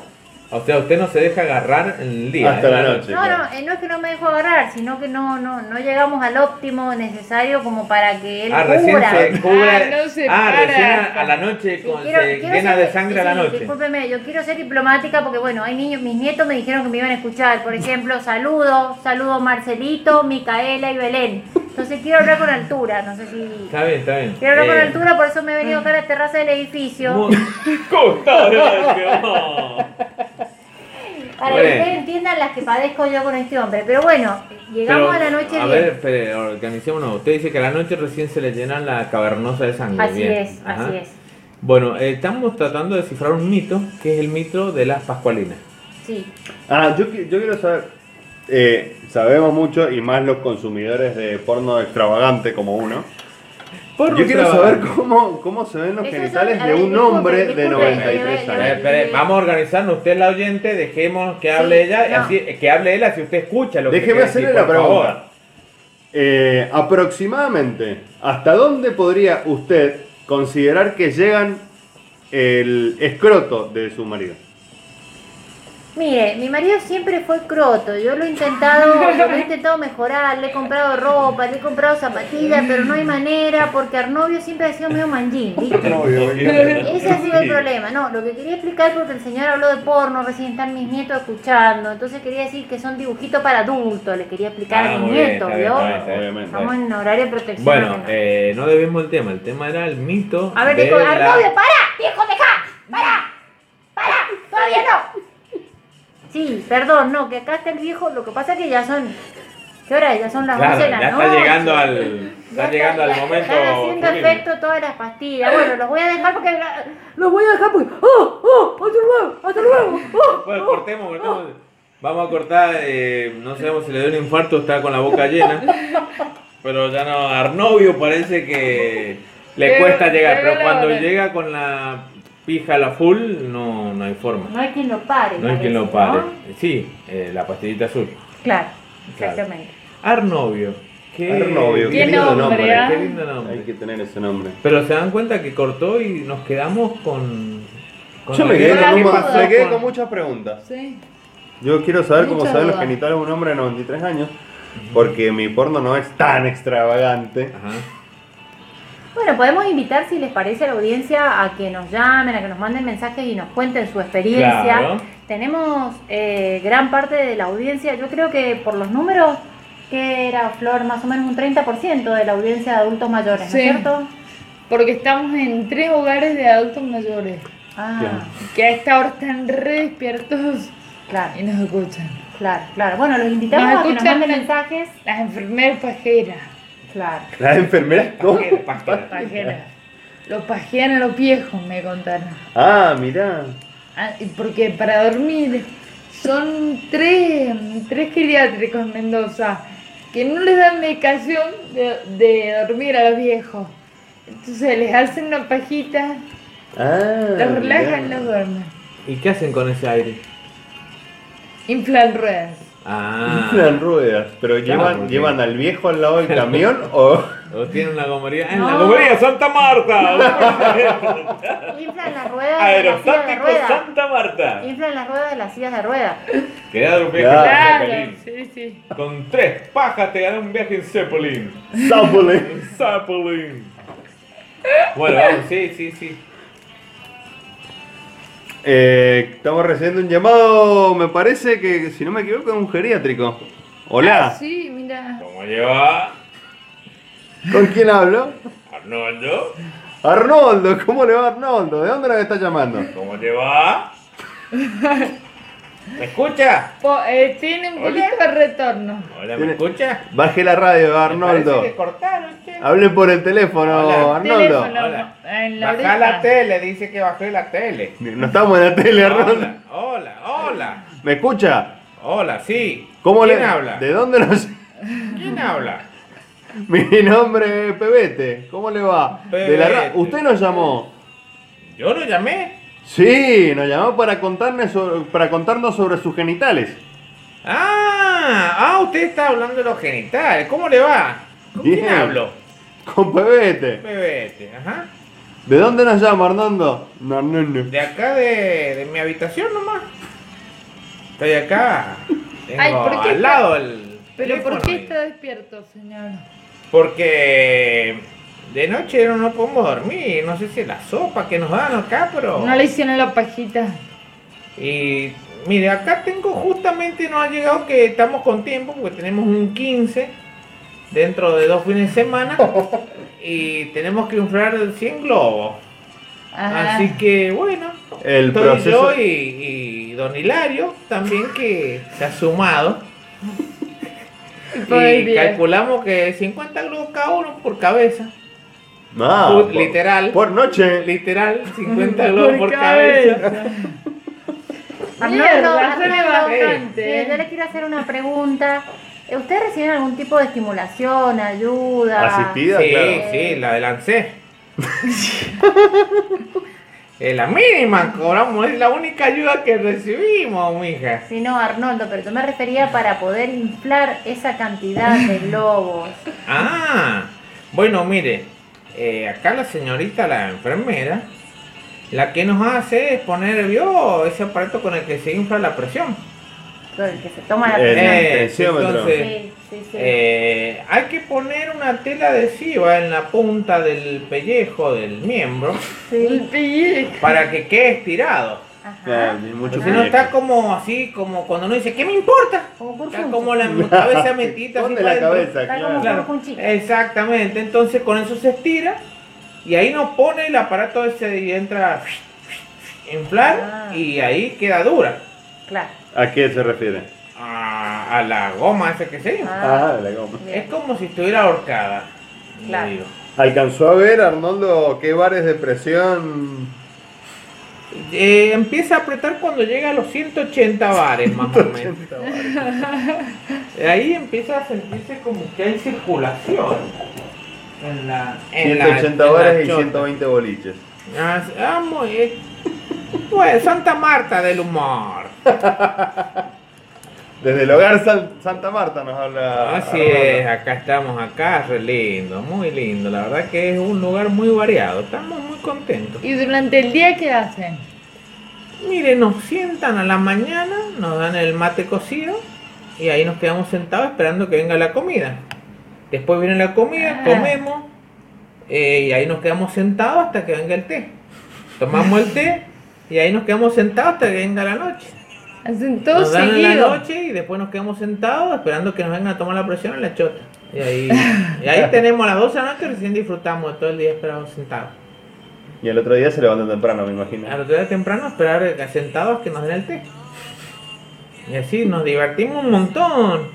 Speaker 2: O sea, usted no se deja agarrar en el día.
Speaker 5: Hasta
Speaker 2: ¿eh?
Speaker 5: la noche. Sí,
Speaker 3: no,
Speaker 5: claro.
Speaker 3: no, eh, no es que no me dejo agarrar, sino que no, no, no llegamos al óptimo necesario como para que él
Speaker 2: Ah, recién
Speaker 3: cubra.
Speaker 2: se cubre.
Speaker 4: Ah, no
Speaker 2: ah,
Speaker 4: se para.
Speaker 2: recién a, a la noche
Speaker 3: Sí,
Speaker 2: <laughs> con-
Speaker 3: quiero-
Speaker 2: se
Speaker 3: quiero
Speaker 2: llena
Speaker 3: ser-
Speaker 2: de sangre a la
Speaker 3: sí,
Speaker 2: noche.
Speaker 3: Discúlpeme, yo quiero ser diplomática porque, bueno, hay niños, mis nietos me dijeron que me iban a escuchar. Por ejemplo, saludo, saludo Marcelito, Micaela y Belén. Entonces quiero hablar con altura, no sé si.
Speaker 2: Está bien, está bien.
Speaker 3: Quiero hablar con
Speaker 2: Eh,
Speaker 3: altura, por eso me he venido acá a la terraza del edificio.
Speaker 2: muy- Custodio del Teomor.
Speaker 3: para
Speaker 2: bueno.
Speaker 3: que ustedes entiendan las que padezco yo con este hombre. Pero bueno, llegamos
Speaker 2: Pero,
Speaker 3: a la noche
Speaker 2: A
Speaker 3: bien.
Speaker 2: ver, espere, organicémonos. Usted dice que a la noche recién se le llenan la cavernosa de sangre.
Speaker 3: así
Speaker 2: bien.
Speaker 3: es,
Speaker 2: Ajá.
Speaker 3: así es.
Speaker 2: Bueno, eh, estamos tratando de descifrar un mito, que es el mito de las pascualinas.
Speaker 3: Sí.
Speaker 5: Ah, yo, qui- yo quiero saber. eh, sabemos mucho y más los consumidores de porno extravagante como uno.
Speaker 2: Por
Speaker 5: Yo quiero
Speaker 2: nuestra-
Speaker 5: saber cómo, cómo se ven los
Speaker 3: Esos
Speaker 5: genitales
Speaker 3: son- a
Speaker 5: de
Speaker 3: ver,
Speaker 5: un
Speaker 3: disculpe,
Speaker 5: hombre de
Speaker 3: disculpe,
Speaker 5: 93
Speaker 3: le-
Speaker 2: A ver,
Speaker 5: años.
Speaker 2: espere, vamos a organizarnos. Usted es la oyente, dejemos que hable
Speaker 3: Sí,
Speaker 2: ella,
Speaker 3: no.
Speaker 2: así, que hable él, así usted escucha lo que
Speaker 5: Déjeme
Speaker 2: quiere
Speaker 5: hacerle
Speaker 2: decir,
Speaker 5: la
Speaker 2: por favor.
Speaker 5: pregunta. Eh, aproximadamente, ¿hasta dónde podría usted considerar que llegan el escroto de su marido?
Speaker 3: Mire, mi marido siempre fue croto. Yo lo he intentado, yo lo he intentado mejorar, le he comprado ropa, le he comprado zapatillas, pero no hay manera porque Arnovio siempre ha sido medio manjín, ¿viste? Ese ha sido el problema. No, lo que quería explicar porque el señor habló de porno, recién están mis nietos escuchando, entonces quería decir que son dibujitos para adultos, le quería explicar
Speaker 2: Ah,
Speaker 3: a mis
Speaker 2: muy bien,
Speaker 3: nietos,
Speaker 2: está bien,
Speaker 3: ¿vio?
Speaker 2: está bien.
Speaker 5: Obviamente.
Speaker 3: Estamos en horario de protección.
Speaker 2: Bueno,
Speaker 3: ¿no?
Speaker 2: eh, no debemos el tema, el tema era el mito.
Speaker 3: a ver,
Speaker 2: de
Speaker 3: dijo,
Speaker 2: la-
Speaker 3: Arnovio, pará, viejo, dejá, pará, pará, todavía no. Sí, perdón, no, que acá está el viejo, lo que pasa es que ya son, ¿qué hora? es? Ya son las
Speaker 2: Claro,
Speaker 3: 11 de la
Speaker 2: ya
Speaker 3: noche.
Speaker 2: está llegando al, está llegando al momento.
Speaker 3: Están haciendo
Speaker 2: sublime.
Speaker 3: efecto todas las pastillas. Bueno, los voy a dejar porque. Los voy a dejar porque. ¡Oh! ¡Oh! ¡Otro huevo! ¡Otro huevo! ¡Oh!
Speaker 2: Bueno, cortemos, cortemos. Vamos a cortar, eh, no sabemos si le dio un infarto, está con la boca llena. Pero ya no, Arnovio parece que le
Speaker 4: Llegó-
Speaker 2: cuesta llegar,
Speaker 4: llegó
Speaker 2: pero
Speaker 4: la
Speaker 2: cuando
Speaker 4: hora.
Speaker 2: llega con la pija a la full, no, no hay forma.
Speaker 3: No hay quien lo pare.
Speaker 2: No hay quien lo
Speaker 3: parece,
Speaker 2: pare.
Speaker 3: ¿no?
Speaker 2: Sí, eh, la pastillita azul.
Speaker 3: Claro,
Speaker 2: Claro.
Speaker 3: exactamente.
Speaker 2: Arnovio. Qué,
Speaker 5: Arnovio,
Speaker 4: qué
Speaker 5: lindo
Speaker 4: nombre, ¿ah?
Speaker 2: qué lindo nombre.
Speaker 1: ¿eh?
Speaker 5: Hay que tener ese nombre.
Speaker 2: Pero se dan cuenta que cortó y nos quedamos con. con
Speaker 5: Yo me
Speaker 2: la
Speaker 5: quedé,
Speaker 2: idea
Speaker 5: con,
Speaker 2: de
Speaker 5: un-
Speaker 2: qué pasó
Speaker 5: me quedé con muchas preguntas.
Speaker 4: Sí.
Speaker 5: Yo quiero saber cómo
Speaker 4: Mucha
Speaker 5: saben los
Speaker 4: duda.
Speaker 5: genitales de un hombre de 93 años, porque mi porno no es tan extravagante.
Speaker 2: Ajá.
Speaker 3: Bueno, podemos invitar, si les parece a la audiencia, a que nos llamen, a que nos manden mensajes y nos cuenten su experiencia.
Speaker 2: Claro.
Speaker 3: Tenemos eh, gran parte de la audiencia, yo creo que por los números, que era Flor, más o menos un 30% de la audiencia de adultos mayores,
Speaker 4: Sí.
Speaker 3: ¿no es cierto?
Speaker 4: Porque estamos en tres hogares de adultos mayores
Speaker 3: Ah,
Speaker 5: Claro.
Speaker 4: que a esta hora están re despiertos
Speaker 3: claro,
Speaker 4: y nos escuchan.
Speaker 3: claro, claro. Bueno, los invitamos
Speaker 4: Nos
Speaker 3: a que nos
Speaker 4: escuchan
Speaker 3: manden
Speaker 4: en-
Speaker 3: mensajes.
Speaker 4: Las enfermeras pajeras.
Speaker 3: Claro.
Speaker 5: Las enfermeras
Speaker 2: <laughs>
Speaker 5: ¿cómo?
Speaker 2: Pajera, pajera.
Speaker 4: Pajeras. Los pajean a los viejos, me contaron.
Speaker 5: Ah, mirá.
Speaker 4: Ah, y porque para dormir son tres, tres geriátricos en Mendoza que no les dan medicación de, de dormir a los viejos. Entonces les hacen una pajita
Speaker 5: Ah,
Speaker 4: Los relajan,
Speaker 5: mirá.
Speaker 4: los duermen.
Speaker 2: ¿Y qué hacen con ese aire?
Speaker 4: Inflan ruedas.
Speaker 2: Ah.
Speaker 5: Inflan ruedas, pero llevan,
Speaker 2: porque-
Speaker 5: llevan al viejo
Speaker 2: <laughs>
Speaker 5: al lado del camión o
Speaker 2: O tienen la gomería. ¡En la
Speaker 3: No.
Speaker 2: gomería Santa Marta!
Speaker 3: Inflan las ruedas de las sillas de
Speaker 2: Aerostático
Speaker 3: ruedas.
Speaker 2: Santa Marta.
Speaker 3: Inflan las ruedas de las sillas de ruedas.
Speaker 2: Quedá un viaje
Speaker 5: Claro.
Speaker 2: en Zeppelin.
Speaker 4: sí, sí.
Speaker 2: Con tres pajas te gané un viaje en Zeppelin.
Speaker 5: Zapole.
Speaker 2: En Zeppelin. Bueno, vamos, sí, sí, sí.
Speaker 5: Eh, estamos recibiendo un llamado, me parece que, si no me equivoco, es un geriátrico. Hola,
Speaker 4: Ah, sí, mira.
Speaker 2: ¿Cómo lleva
Speaker 5: ¿con quién hablo?
Speaker 2: Arnoldo?
Speaker 5: Arnoldo, ¿cómo le va Arnoldo? ¿De dónde nos está llamando?
Speaker 2: ¿Cómo lleva? ¿Me escucha?
Speaker 4: Po- eh, tiene un
Speaker 2: Hola.
Speaker 4: poquito de retorno.
Speaker 2: Hola,
Speaker 5: Tiene-
Speaker 2: ¿me escucha?
Speaker 5: Baje la radio, Arnoldo.
Speaker 2: Me parece que cortaron, che.
Speaker 5: Hable por el teléfono,
Speaker 2: Hola.
Speaker 5: Arnoldo.
Speaker 4: Teléfono,
Speaker 2: Hola.
Speaker 4: En la
Speaker 2: Bajá
Speaker 4: oreja.
Speaker 2: la tele, dice que bajé la tele.
Speaker 5: No estamos en la tele, Arnoldo.
Speaker 2: Hola, hola, hola.
Speaker 5: ¿Me escucha?
Speaker 2: Hola, sí.
Speaker 5: ¿Cómo
Speaker 2: ¿Quién
Speaker 5: le...
Speaker 2: habla?
Speaker 5: ¿De dónde nos... <laughs>
Speaker 2: ¿Quién habla?
Speaker 5: Mi nombre es Pebete. ¿Cómo le va? De la ra-
Speaker 2: Pebete.
Speaker 5: ¿Usted nos llamó?
Speaker 2: eh, Yo lo llamé.
Speaker 5: Sí, nos llamó para contarnos sobre, para contarnos sobre sus genitales. <laughs>
Speaker 2: Ah, ah, usted está hablando de los genitales. ¿Cómo le va? ¿Con quién
Speaker 5: Bien.
Speaker 2: hablo?
Speaker 5: Con Pebete.
Speaker 2: Bebete, ajá.
Speaker 5: ¿De dónde nos llama, Arnoldo? No, no, no.
Speaker 2: De acá de, de mi habitación nomás. Estoy acá. Tengo
Speaker 4: Ay, ¿por qué
Speaker 2: al
Speaker 4: está-
Speaker 2: lado el.
Speaker 4: Pero ¿por
Speaker 2: teléfono
Speaker 4: qué
Speaker 2: ahí.
Speaker 4: está despierto, señor?
Speaker 2: Porque de noche no, no podemos dormir. No sé si la sopa que nos dan acá, pero.
Speaker 4: No le hicieron la pajita.
Speaker 2: Y mire, acá tengo justamente, nos ha llegado que estamos con tiempo porque tenemos un 15 dentro de dos fines de
Speaker 4: <laughs>
Speaker 2: semana y tenemos que inflar 100 globos.
Speaker 4: Ajá.
Speaker 2: Así que bueno,
Speaker 5: El
Speaker 2: estoy
Speaker 5: proceso.
Speaker 2: yo y, y don Hilario también que se ha
Speaker 4: <laughs>
Speaker 2: sumado.
Speaker 4: Por el
Speaker 2: Y
Speaker 4: día.
Speaker 2: calculamos que 50 globos cada uno por cabeza.
Speaker 5: Ah,
Speaker 2: Put-
Speaker 5: por-
Speaker 2: literal.
Speaker 5: Por noche.
Speaker 2: Literal, 50 globos por cabeza.
Speaker 4: Mierda, se me va
Speaker 2: Ey.
Speaker 4: bastante,
Speaker 3: Mire, yo le
Speaker 4: eh.
Speaker 3: quiero hacer una pregunta. Eh, ¿Ustedes reciben algún tipo de estimulación, ayuda?
Speaker 5: Asistida,
Speaker 2: Sí,
Speaker 5: claro.
Speaker 2: sí, la delancé. es la mínima, cobramos, es la única ayuda que recibimos, mija.
Speaker 3: Sí, no, Arnoldo, pero yo me refería para poder inflar esa cantidad de globos.
Speaker 2: Ah, bueno, mire, eh, acá la señorita, la enfermera, la que nos hace es poner, vio, ese aparato con el que se infla la presión.
Speaker 3: Con el que se toma la
Speaker 5: Eh,
Speaker 3: presión.
Speaker 5: el tensiómetro.
Speaker 2: entonces,
Speaker 3: Sí, sí, sí.
Speaker 2: Eh, hay que poner una tela adhesiva en la punta del pellejo del miembro
Speaker 4: El
Speaker 3: sí.
Speaker 4: pellejo.
Speaker 2: para que quede estirado.
Speaker 5: Claro,
Speaker 3: Ajá.
Speaker 5: hay mucho
Speaker 2: Porque si no
Speaker 5: proyecto.
Speaker 2: está como así, como cuando uno dice, ¿qué me importa?
Speaker 3: Como por
Speaker 2: Está
Speaker 3: junto.
Speaker 2: como la cabeza metida así
Speaker 5: Ponle
Speaker 2: para
Speaker 5: la
Speaker 2: adentro.
Speaker 5: cabeza,
Speaker 3: Está
Speaker 5: claro.
Speaker 3: como-
Speaker 2: Claro,
Speaker 3: Conchita.
Speaker 2: exactamente. Entonces con eso se estira y ahí nos pone el aparato ese y entra a inflar
Speaker 3: Ah.
Speaker 2: y ahí queda dura.
Speaker 3: Claro.
Speaker 5: ¿A qué se refiere?
Speaker 2: A, a la goma esa que se infla.
Speaker 3: Ah,
Speaker 5: Ah, la goma.
Speaker 3: bien.
Speaker 2: Es como si estuviera ahorcada. le
Speaker 3: Claro.
Speaker 2: digo.
Speaker 5: ¿Alcanzó a ver, Arnoldo, qué bares de presión?
Speaker 2: Eh, empieza a apretar cuando llega a los 180 bares más o menos. Ahí empieza a sentirse como que hay circulación. En la. En la-
Speaker 5: 180
Speaker 2: en la
Speaker 5: bares y
Speaker 2: chota.
Speaker 5: 120 boliches.
Speaker 2: Ah, s- ah, muy bien. Pues Santa Marta del humor.
Speaker 5: Desde el hogar San- Santa Marta nos habla.
Speaker 2: Así
Speaker 5: Arnoldo.
Speaker 2: es, acá estamos, acá, re lindo, muy lindo. La verdad que es un lugar muy variado, estamos muy contentos.
Speaker 4: ¿Y durante el día qué hacen?
Speaker 2: Mire, nos sientan a la mañana, nos dan el mate cocido y ahí nos quedamos sentados esperando que venga la comida. Después viene la comida,
Speaker 4: Ah.
Speaker 2: comemos eh, y ahí nos quedamos sentados hasta que venga el té. Tomamos el té y ahí nos quedamos sentados hasta que venga la noche.
Speaker 4: Hacen todo
Speaker 2: nos dan en la
Speaker 4: seguido.
Speaker 2: noche y después nos quedamos sentados esperando que nos vengan a tomar la presión en la chota. Y ahí, y ahí tenemos las 12 de la noche y recién disfrutamos de todo el día esperando sentados.
Speaker 5: Y el otro día se levantan temprano, me imagino.
Speaker 2: Al otro día temprano esperar eh, sentados que nos den el té. Y así nos divertimos un montón.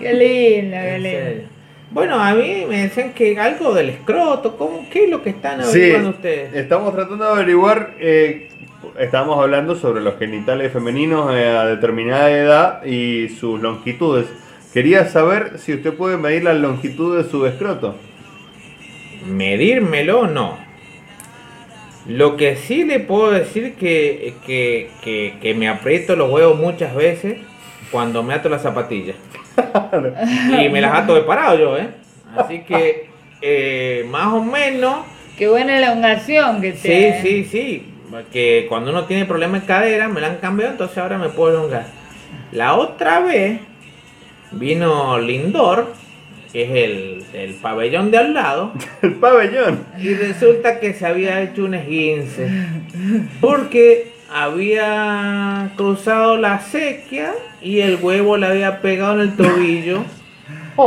Speaker 4: Qué lindo, qué
Speaker 2: En
Speaker 4: lindo.
Speaker 2: serio. Bueno, a mí me decían que algo del escroto, ¿cómo, ¿qué es lo que están
Speaker 5: Sí,
Speaker 2: averiguando ustedes?
Speaker 5: estamos tratando de averiguar. eh, estábamos hablando sobre los genitales femeninos eh, a determinada edad y sus longitudes. Quería saber si usted puede medir la longitud de su escroto.
Speaker 2: Medírmelo no. Lo que sí le puedo decir que, que, que, que me aprieto los huevos muchas veces cuando me ato las zapatillas. y me las ato de parado yo, ¿eh? Así que eh, más o menos,
Speaker 4: Qué buena elongación que
Speaker 2: sí,
Speaker 4: te
Speaker 2: sí, sí. Que cuando uno tiene problemas en cadera, me la han cambiado, entonces ahora me puedo elongar. La otra vez vino Lindor, que es el, el pabellón de al lado.
Speaker 5: El pabellón.
Speaker 2: Y resulta que se había hecho un esguince. Porque había cruzado la sequía y el huevo le había pegado en el tobillo. <laughs>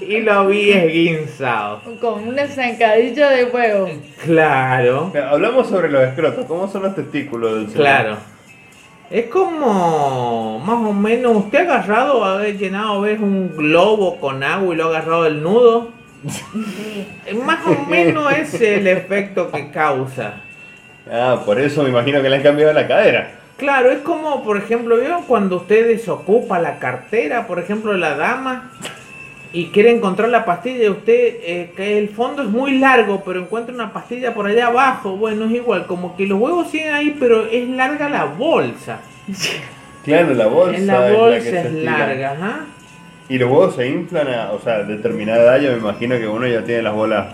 Speaker 2: y lo había esguinzado.
Speaker 4: Con una zancadilla de huevo.
Speaker 2: Claro,
Speaker 5: Hablamos sobre los escrotos. ¿Cómo son los testículos del señor?
Speaker 2: claro. Es como más o menos usted ha agarrado, ha llenado ves un globo con agua y lo ha agarrado del nudo. Eh, Más o menos es el efecto que causa.
Speaker 5: Ah, por eso me imagino que le han cambiado la cadera.
Speaker 2: Claro, es como, por ejemplo, ¿vieron cuando usted desocupa la cartera, por ejemplo, la dama, y quiere encontrar la pastilla, y usted, eh, que el fondo es muy largo, pero encuentra una pastilla por allá abajo, bueno, es igual, como que los huevos siguen ahí, pero es larga la bolsa.
Speaker 5: Claro, la bolsa.
Speaker 2: En la
Speaker 5: es
Speaker 2: bolsa
Speaker 5: que
Speaker 2: es,
Speaker 5: se estira.
Speaker 2: larga, ajá.
Speaker 5: Y los huevos se inflan a, o sea, a determinada edad. Yo me imagino que uno ya tiene las bolas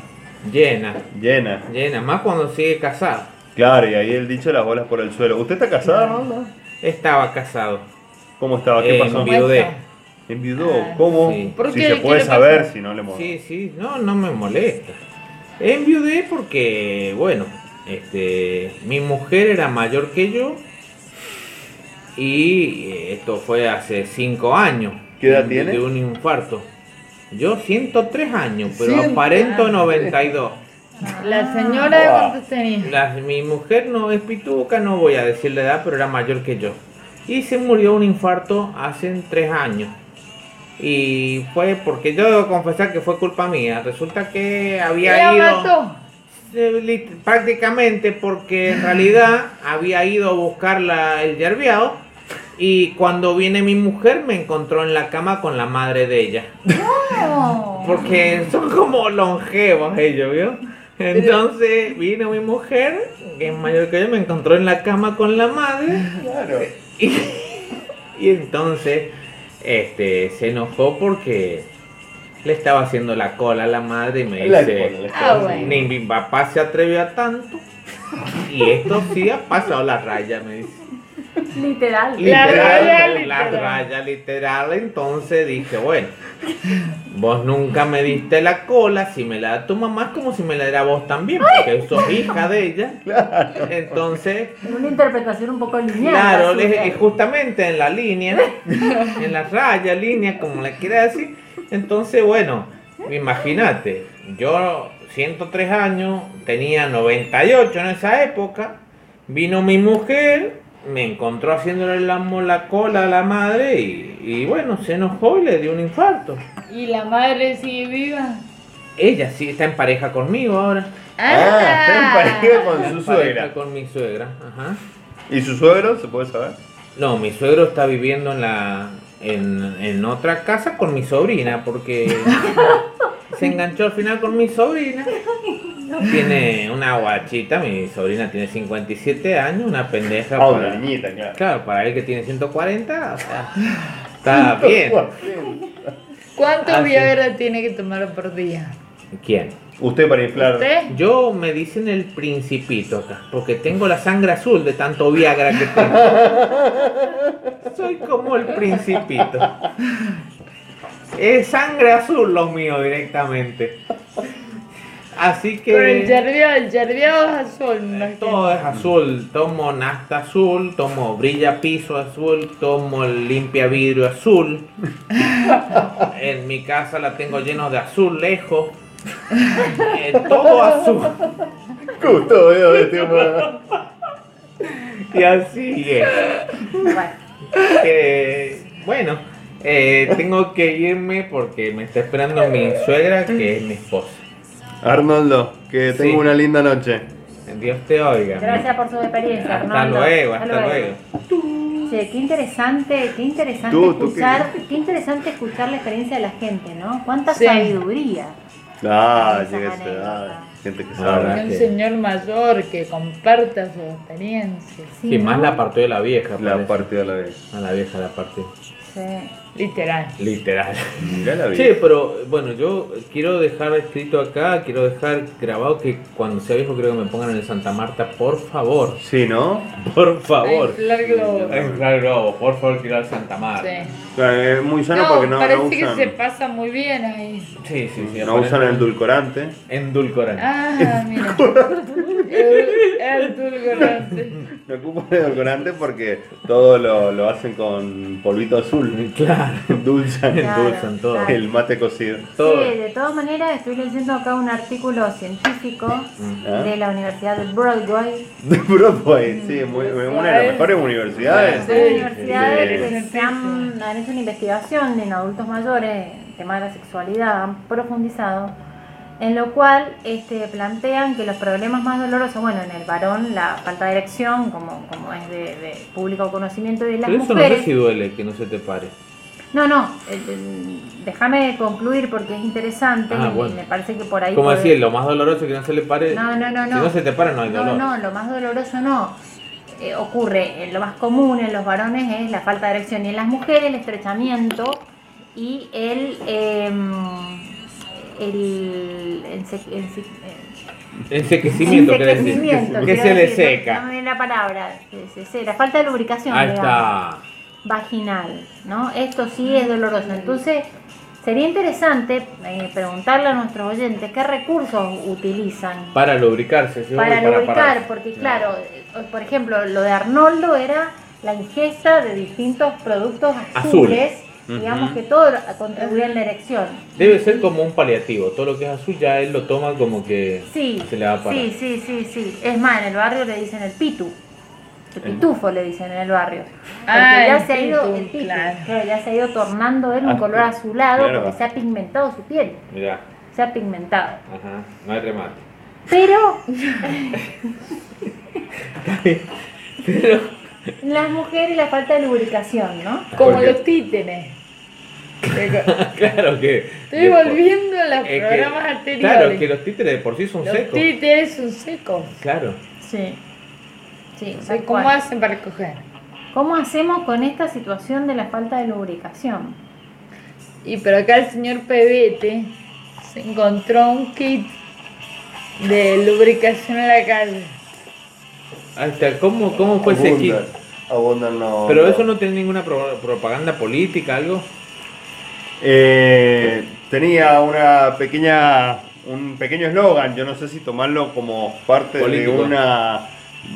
Speaker 2: Llena,
Speaker 5: llenas.
Speaker 2: llena, más cuando sigue casado.
Speaker 5: Claro, y ahí el dicho de las bolas por el suelo. ¿Usted está casada, Ronda?
Speaker 2: Estaba casado.
Speaker 5: ¿Cómo estaba? ¿Qué
Speaker 2: Eh,
Speaker 5: pasó?
Speaker 2: enviudé.
Speaker 5: ¿Enviudó?
Speaker 4: Ah,
Speaker 5: ¿Cómo?
Speaker 2: sí.
Speaker 4: ¿Por
Speaker 5: Si
Speaker 4: qué?
Speaker 5: se
Speaker 4: ¿Qué
Speaker 5: puede
Speaker 4: le pasó?
Speaker 5: saber, si no le mola.
Speaker 2: Sí, sí, no, no me molesta. Enviudé porque, bueno, este, mi mujer era mayor que yo y eh, esto fue hace 5 años.
Speaker 5: ¿Qué edad
Speaker 2: de-
Speaker 5: tiene?
Speaker 2: De un infarto. Yo 103 años, pero
Speaker 5: Ciento-
Speaker 2: aparento 92.
Speaker 4: La señora,
Speaker 5: Wow.
Speaker 4: ¿cuántos tenía?
Speaker 2: La- mi mujer no es pituca, no voy a decir la edad, pero era mayor que yo. Y se murió de un infarto hace tres años. Y fue porque yo debo confesar que fue culpa mía. Resulta que había
Speaker 4: ¿La
Speaker 2: ido
Speaker 4: mató?
Speaker 2: eh, lit- prácticamente porque en realidad había ido a buscar la- el yerbeado. Y cuando viene mi mujer me encontró en la cama con la madre de ella. Porque son como longevos ellos, ¿vio? Entonces vino mi mujer, que es mayor que yo, me encontró en la cama con la madre
Speaker 5: Claro.
Speaker 2: y, y entonces este se enojó porque le estaba haciendo la cola a la madre y me
Speaker 5: La cola, la
Speaker 2: dice,
Speaker 4: Ah, bueno.
Speaker 2: ni mi papá se atrevió a tanto y esto sí ha pasado la raya, me dice.
Speaker 3: Literal.
Speaker 4: La raya
Speaker 2: Literal, la
Speaker 4: literal.
Speaker 2: raya literal. Entonces dije, bueno, vos nunca me diste la cola, si me la da tu mamá es como si me la diera vos también, porque sos hija de ella. Entonces,
Speaker 3: Una interpretación un poco lineal.
Speaker 2: claro,
Speaker 3: así
Speaker 2: le-
Speaker 3: que-
Speaker 2: justamente en la línea, en la raya, línea, como la quieras decir. Entonces, bueno, imagínate, yo 103 años, tenía 98 en esa época, vino mi mujer, me encontró haciéndole la, mo- la cola a la madre y, y bueno, se enojó y le dio un infarto.
Speaker 4: ¿Y la madre sigue viva?
Speaker 2: Ella sí está en pareja conmigo ahora.
Speaker 5: Ah, <laughs> está en pareja con
Speaker 2: Está en
Speaker 5: su
Speaker 2: pareja
Speaker 5: suegra.
Speaker 2: Con mi suegra, ajá.
Speaker 5: ¿Y su suegro? ¿Se puede saber?
Speaker 2: No, mi suegro está viviendo en la en, en otra casa con mi sobrina porque se enganchó al final con mi sobrina. Tiene una guachita, mi sobrina tiene 57 años, una pendeja
Speaker 5: Ah, una
Speaker 2: para,
Speaker 5: niñita, claro.
Speaker 2: claro, para él que tiene 140, o sea, está bien.
Speaker 4: ¿Cuántos
Speaker 2: Ah, sí.
Speaker 4: Viagra tiene que tomar por día?
Speaker 2: ¿Quién?
Speaker 5: Usted para inflar.
Speaker 4: ¿Usted?
Speaker 2: Yo me dicen el principito acá, porque tengo la sangre azul de tanto Viagra que tengo. Soy como el principito. Es sangre azul lo mío directamente. Así
Speaker 4: Pero el
Speaker 2: que
Speaker 4: yerbiado, el yerbiado es azul, me imagino.
Speaker 2: Eh, todo es azul. Tomo nasta azul, tomo brilla piso azul, tomo limpia vidrio azul. En mi casa la tengo lleno de azul lejos. Eh, todo azul.
Speaker 5: Justo veo de
Speaker 4: <laughs>
Speaker 5: este humano.
Speaker 2: Y así es.
Speaker 3: Bueno,
Speaker 2: Eh, bueno, eh, tengo que irme porque me está esperando mi suegra, que es mi esposa.
Speaker 5: Arnoldo, que
Speaker 2: Sí.
Speaker 5: tengo una linda noche.
Speaker 2: Dios te oiga.
Speaker 3: gracias por su experiencia,
Speaker 2: Hasta
Speaker 3: Arnoldo.
Speaker 2: luego, hasta luego.
Speaker 3: Che, qué interesante, qué interesante
Speaker 5: Tú, tú,
Speaker 3: escuchar, qué interesante escuchar la experiencia de la gente, ¿no? Cuánta
Speaker 4: Sí.
Speaker 3: sabiduría.
Speaker 5: Ah,
Speaker 3: Esas
Speaker 5: llegué a esa
Speaker 3: anécdotas.
Speaker 5: edad. gente que
Speaker 2: Ah,
Speaker 5: sabe.
Speaker 2: ¿verdad?
Speaker 4: Un
Speaker 2: que-
Speaker 4: señor mayor que comparta su experiencia.
Speaker 3: Sí,
Speaker 2: Sí, más
Speaker 3: ¿no?
Speaker 2: la partió de la vieja.
Speaker 5: La
Speaker 2: parece.
Speaker 5: partida de la vez.
Speaker 2: A la vieja la partió.
Speaker 4: Sí, literal.
Speaker 2: Literal.
Speaker 5: Mirá la vida.
Speaker 2: Sí, pero bueno, yo quiero dejar escrito acá, quiero dejar grabado que cuando sea viejo creo que me pongan en el Santa Marta, por favor. <laughs>
Speaker 5: Sí, ¿no?
Speaker 2: Por favor.
Speaker 4: Ay, largo.
Speaker 2: Ay, claro, claro, por favor, quiero al Santa Marta.
Speaker 4: Sí.
Speaker 5: Claro, Es muy sano porque
Speaker 4: No,
Speaker 5: no,
Speaker 4: parece
Speaker 5: no
Speaker 4: que se
Speaker 5: usan,
Speaker 4: pasa muy
Speaker 2: <laughs>
Speaker 4: bien ahí.
Speaker 2: Sí, sí, sí.
Speaker 5: no usan endulcorante.
Speaker 2: Endulcorante.
Speaker 4: Ah, mira. El, el dulcorante.
Speaker 5: No ocupan endulcorante porque todo lo, lo hacen con polvito azul. <laughs>
Speaker 2: Claro. <laughs>
Speaker 5: Endulzan
Speaker 2: Endulzan todo.
Speaker 3: claro.
Speaker 5: el mate cocido.
Speaker 2: Todo.
Speaker 3: Sí, de todas maneras estoy leyendo acá un artículo científico
Speaker 5: Ah.
Speaker 3: de la Universidad de Broadway,
Speaker 5: <laughs> De Broadway, sí, muy- una de las mejores universidades.
Speaker 4: Sí,
Speaker 3: Hay universidades
Speaker 5: sí.
Speaker 3: que se han, han hecho una investigación en adultos mayores, el tema de la sexualidad, han profundizado, en lo cual este, plantean que los problemas más dolorosos, bueno, en el varón la falta de erección, como, como es de, de público conocimiento, y en las
Speaker 2: Pero eso no sé
Speaker 3: mujeres...
Speaker 2: si duele, que no se te pare.
Speaker 3: No, no, eh, eh, déjame concluir porque es interesante
Speaker 2: Ah,
Speaker 3: y
Speaker 2: bueno.
Speaker 3: me parece que por ahí...
Speaker 2: Como
Speaker 3: puede-
Speaker 2: decir, lo más doloroso es que no se le pare.
Speaker 3: No, no, no,
Speaker 2: Si
Speaker 3: no.
Speaker 2: no se te para, no hay dolor.
Speaker 3: No, no, lo más doloroso no. Eh, ocurre, eh, lo más común en los varones es la falta de erección y en las mujeres el estrechamiento y el... em, el ense- ense- eh,
Speaker 2: Ensequecimiento, ¿qué decir?
Speaker 3: ensequecimiento,
Speaker 2: Que
Speaker 3: quiero
Speaker 2: se le
Speaker 3: decir, no-
Speaker 2: seca.
Speaker 3: No, me viene la palabra, se- se- se- la falta de lubricación
Speaker 2: Ahí
Speaker 3: digamos,
Speaker 2: está.
Speaker 3: vaginal, ¿no? Esto sí es doloroso. Entonces, sería interesante eh, preguntarle a nuestros oyentes qué recursos utilizan
Speaker 2: Para lubricarse, ¿sí? Y
Speaker 3: para
Speaker 2: para
Speaker 3: lubricar,
Speaker 2: parar.
Speaker 3: porque claro, eh, por ejemplo, lo de Arnoldo era la ingesta de distintos productos azules, digamos que todo contribuía en la erección.
Speaker 2: Debe ser como un paliativo. Todo lo que es azul ya él lo toma como que
Speaker 3: Sí,
Speaker 2: se le va a parar.
Speaker 3: sí, sí, sí, sí. Es más, en el barrio le dicen el pitu. El pitufo le dicen en el barrio. Porque
Speaker 4: Ah,
Speaker 3: ya
Speaker 4: el
Speaker 3: se ha ido,
Speaker 4: pitu,
Speaker 3: el pitu,
Speaker 4: claro.
Speaker 3: claro, ya se ha ido tornando en un
Speaker 5: Ah,
Speaker 3: color azulado
Speaker 5: claro.
Speaker 3: porque se ha pigmentado su piel.
Speaker 2: Mirá,
Speaker 3: Se ha pigmentado.
Speaker 2: ajá, no hay remate. <laughs>
Speaker 3: Pero
Speaker 2: Pero,
Speaker 3: las mujeres la falta de lubricación, ¿no?
Speaker 4: Como
Speaker 5: Porque-
Speaker 4: los títeres.
Speaker 2: <laughs>
Speaker 4: Estoy
Speaker 2: claro que.
Speaker 4: volviendo a los
Speaker 2: Es que-
Speaker 4: programas anteriores.
Speaker 2: Claro, que los títeres de por sí son
Speaker 4: los
Speaker 2: secos.
Speaker 4: títeres son secos.
Speaker 2: Claro.
Speaker 3: Sí. Sí,
Speaker 4: O sea,
Speaker 3: tal
Speaker 4: ¿Cómo
Speaker 3: cual.
Speaker 4: hacen para coger?
Speaker 3: ¿Cómo hacemos con esta situación de la falta de lubricación?
Speaker 4: Y por acá el señor Pebete se encontró un kit de lubricación en la calle.
Speaker 2: Ahí está. ¿Cómo, cómo fue ese kit?
Speaker 5: Abundan, abundan
Speaker 2: pues
Speaker 5: los-
Speaker 2: Pero eso no tiene ninguna pro- propaganda política, algo.
Speaker 5: Eh, tenía una pequeña un pequeño eslogan, yo no sé si tomarlo como parte de
Speaker 2: Político.
Speaker 5: una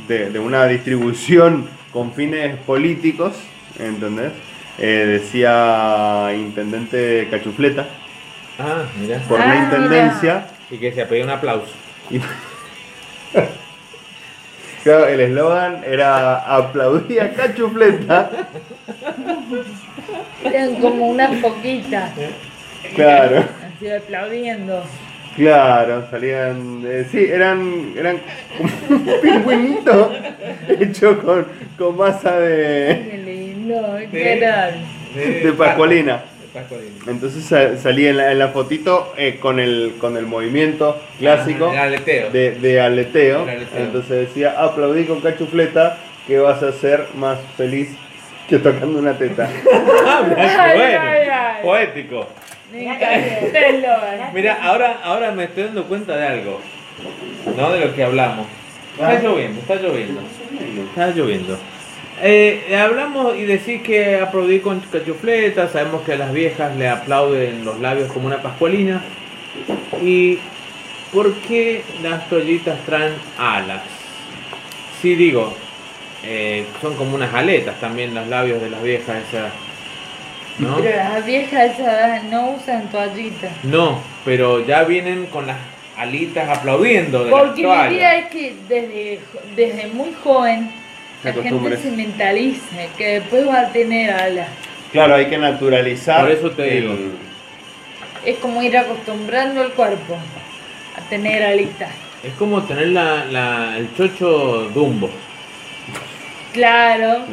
Speaker 5: de, de una distribución con fines políticos, ¿entendés? Eh, decía intendente Cachufleta
Speaker 2: Ah, mirá.
Speaker 5: por la
Speaker 3: Ah,
Speaker 5: intendencia
Speaker 2: Y que se pedía un aplauso.
Speaker 5: y Claro, el eslogan era aplaudía a Cachufleta. <laughs>
Speaker 4: Eran como unas poquitas,
Speaker 5: Claro.
Speaker 4: así aplaudiendo.
Speaker 5: Claro, salían. eh, sí, eran. eran como un pingüinito hecho con, con masa de,
Speaker 4: Qué lindo,
Speaker 2: Sí.
Speaker 4: qué tal.
Speaker 5: de pascualina.
Speaker 2: De Pascualina.
Speaker 5: Entonces sa- salía en la, en la fotito eh, con, el, con el movimiento clásico
Speaker 2: Ah, el aleteo.
Speaker 5: de, de aleteo.
Speaker 2: El aleteo.
Speaker 5: Entonces decía: aplaudí con cachufleta que vas a ser más feliz que tocando una teta. <laughs>
Speaker 2: Ah, mirá, qué
Speaker 4: Ay,
Speaker 2: bueno.
Speaker 4: ay, ay.
Speaker 2: Poético.
Speaker 4: Me
Speaker 3: Mirá
Speaker 4: encanta el logo.
Speaker 2: Mira, ahora, ahora me estoy dando cuenta de algo, ¿no? De lo que hablamos. Está lloviendo, está lloviendo. Está lloviendo. Eh, hablamos y decís que aplaudí con cachufleta, sabemos que a las viejas le aplauden los labios como una pascualina. ¿Y por qué las toallitas traen alas? Sí, digo, eh, son como unas aletas también los labios de las viejas esas, ¿no?
Speaker 4: Pero las viejas esas no usan toallitas.
Speaker 2: No, pero ya vienen con las alitas aplaudiendo de
Speaker 4: Porque
Speaker 2: las
Speaker 4: mi idea
Speaker 2: toallas.
Speaker 4: es que desde, jo- desde muy joven la
Speaker 5: Se acostumbra.
Speaker 4: gente se mentaliza que después va a tener alas.
Speaker 5: Claro, hay que naturalizar.
Speaker 2: Por eso te digo.
Speaker 4: Es como ir acostumbrando el cuerpo a tener alitas.
Speaker 2: Es como tener la, la- el chocho Dumbo.
Speaker 4: Claro.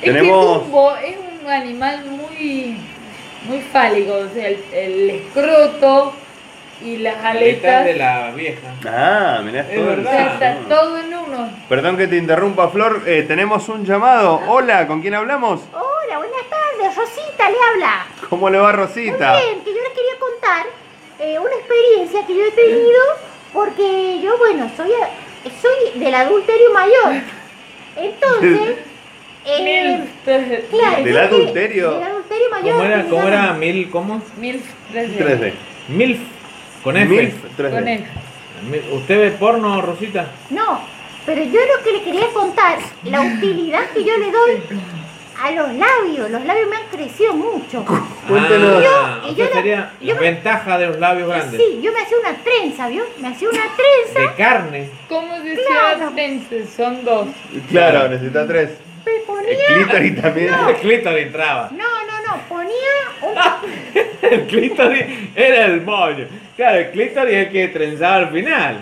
Speaker 5: Tenemos-
Speaker 4: Es que el tumbo es un animal muy, muy fálico. O sea, el, el escroto y las
Speaker 2: Aletas
Speaker 4: aletas.
Speaker 2: de la vieja.
Speaker 5: Ah, mirá,
Speaker 2: Es
Speaker 5: todo el-
Speaker 4: O sea,
Speaker 2: verdad.
Speaker 4: está todo en uno.
Speaker 5: Perdón que te interrumpa, Flor. eh, tenemos un llamado. Hola, ¿con quién hablamos?
Speaker 6: Hola, buenas tardes, Rosita le habla.
Speaker 5: ¿Cómo le va
Speaker 6: Muy
Speaker 5: Rosita?
Speaker 6: bien, que yo les quería contar eh, una experiencia que yo he tenido porque yo, bueno, soy, eh, soy del adulterio mayor.
Speaker 5: <laughs>
Speaker 6: Entonces, eh,
Speaker 4: Milf. tres-
Speaker 6: claro,
Speaker 5: ¿Del
Speaker 6: yo que-
Speaker 5: adulterio?
Speaker 6: Del adulterio mayor.
Speaker 2: ¿Cómo era,
Speaker 6: que
Speaker 2: cómo era
Speaker 6: digamos,
Speaker 2: mil, cómo?
Speaker 4: Milf 3D.
Speaker 5: 3D.
Speaker 2: Milf, con F.
Speaker 5: Milf, 3D.
Speaker 4: Con él.
Speaker 2: Mil- ¿Usted ve porno, Rosita?
Speaker 6: No, pero yo lo que le quería contar, la utilidad que yo le doy a los labios. Los labios me han crecido mucho.
Speaker 5: Cuéntenos.
Speaker 2: Ah,
Speaker 6: Yo-
Speaker 2: o sea,
Speaker 6: yo-
Speaker 2: sería
Speaker 6: yo-
Speaker 2: la ventaja de los labios grandes.
Speaker 6: Sí, yo me hacía una trenza, ¿vio? Me hacía una trenza.
Speaker 2: De carne.
Speaker 4: ¿Cómo se
Speaker 6: Claro.
Speaker 4: llama? Son dos.
Speaker 5: Claro, necesita tres.
Speaker 6: Me ponía.
Speaker 5: El clítoris también.
Speaker 2: <laughs> El clítoris entraba.
Speaker 6: No, no, no, ponía un.
Speaker 2: El clítoris era el mollo. Claro, el clítoris es el que trenzaba al final.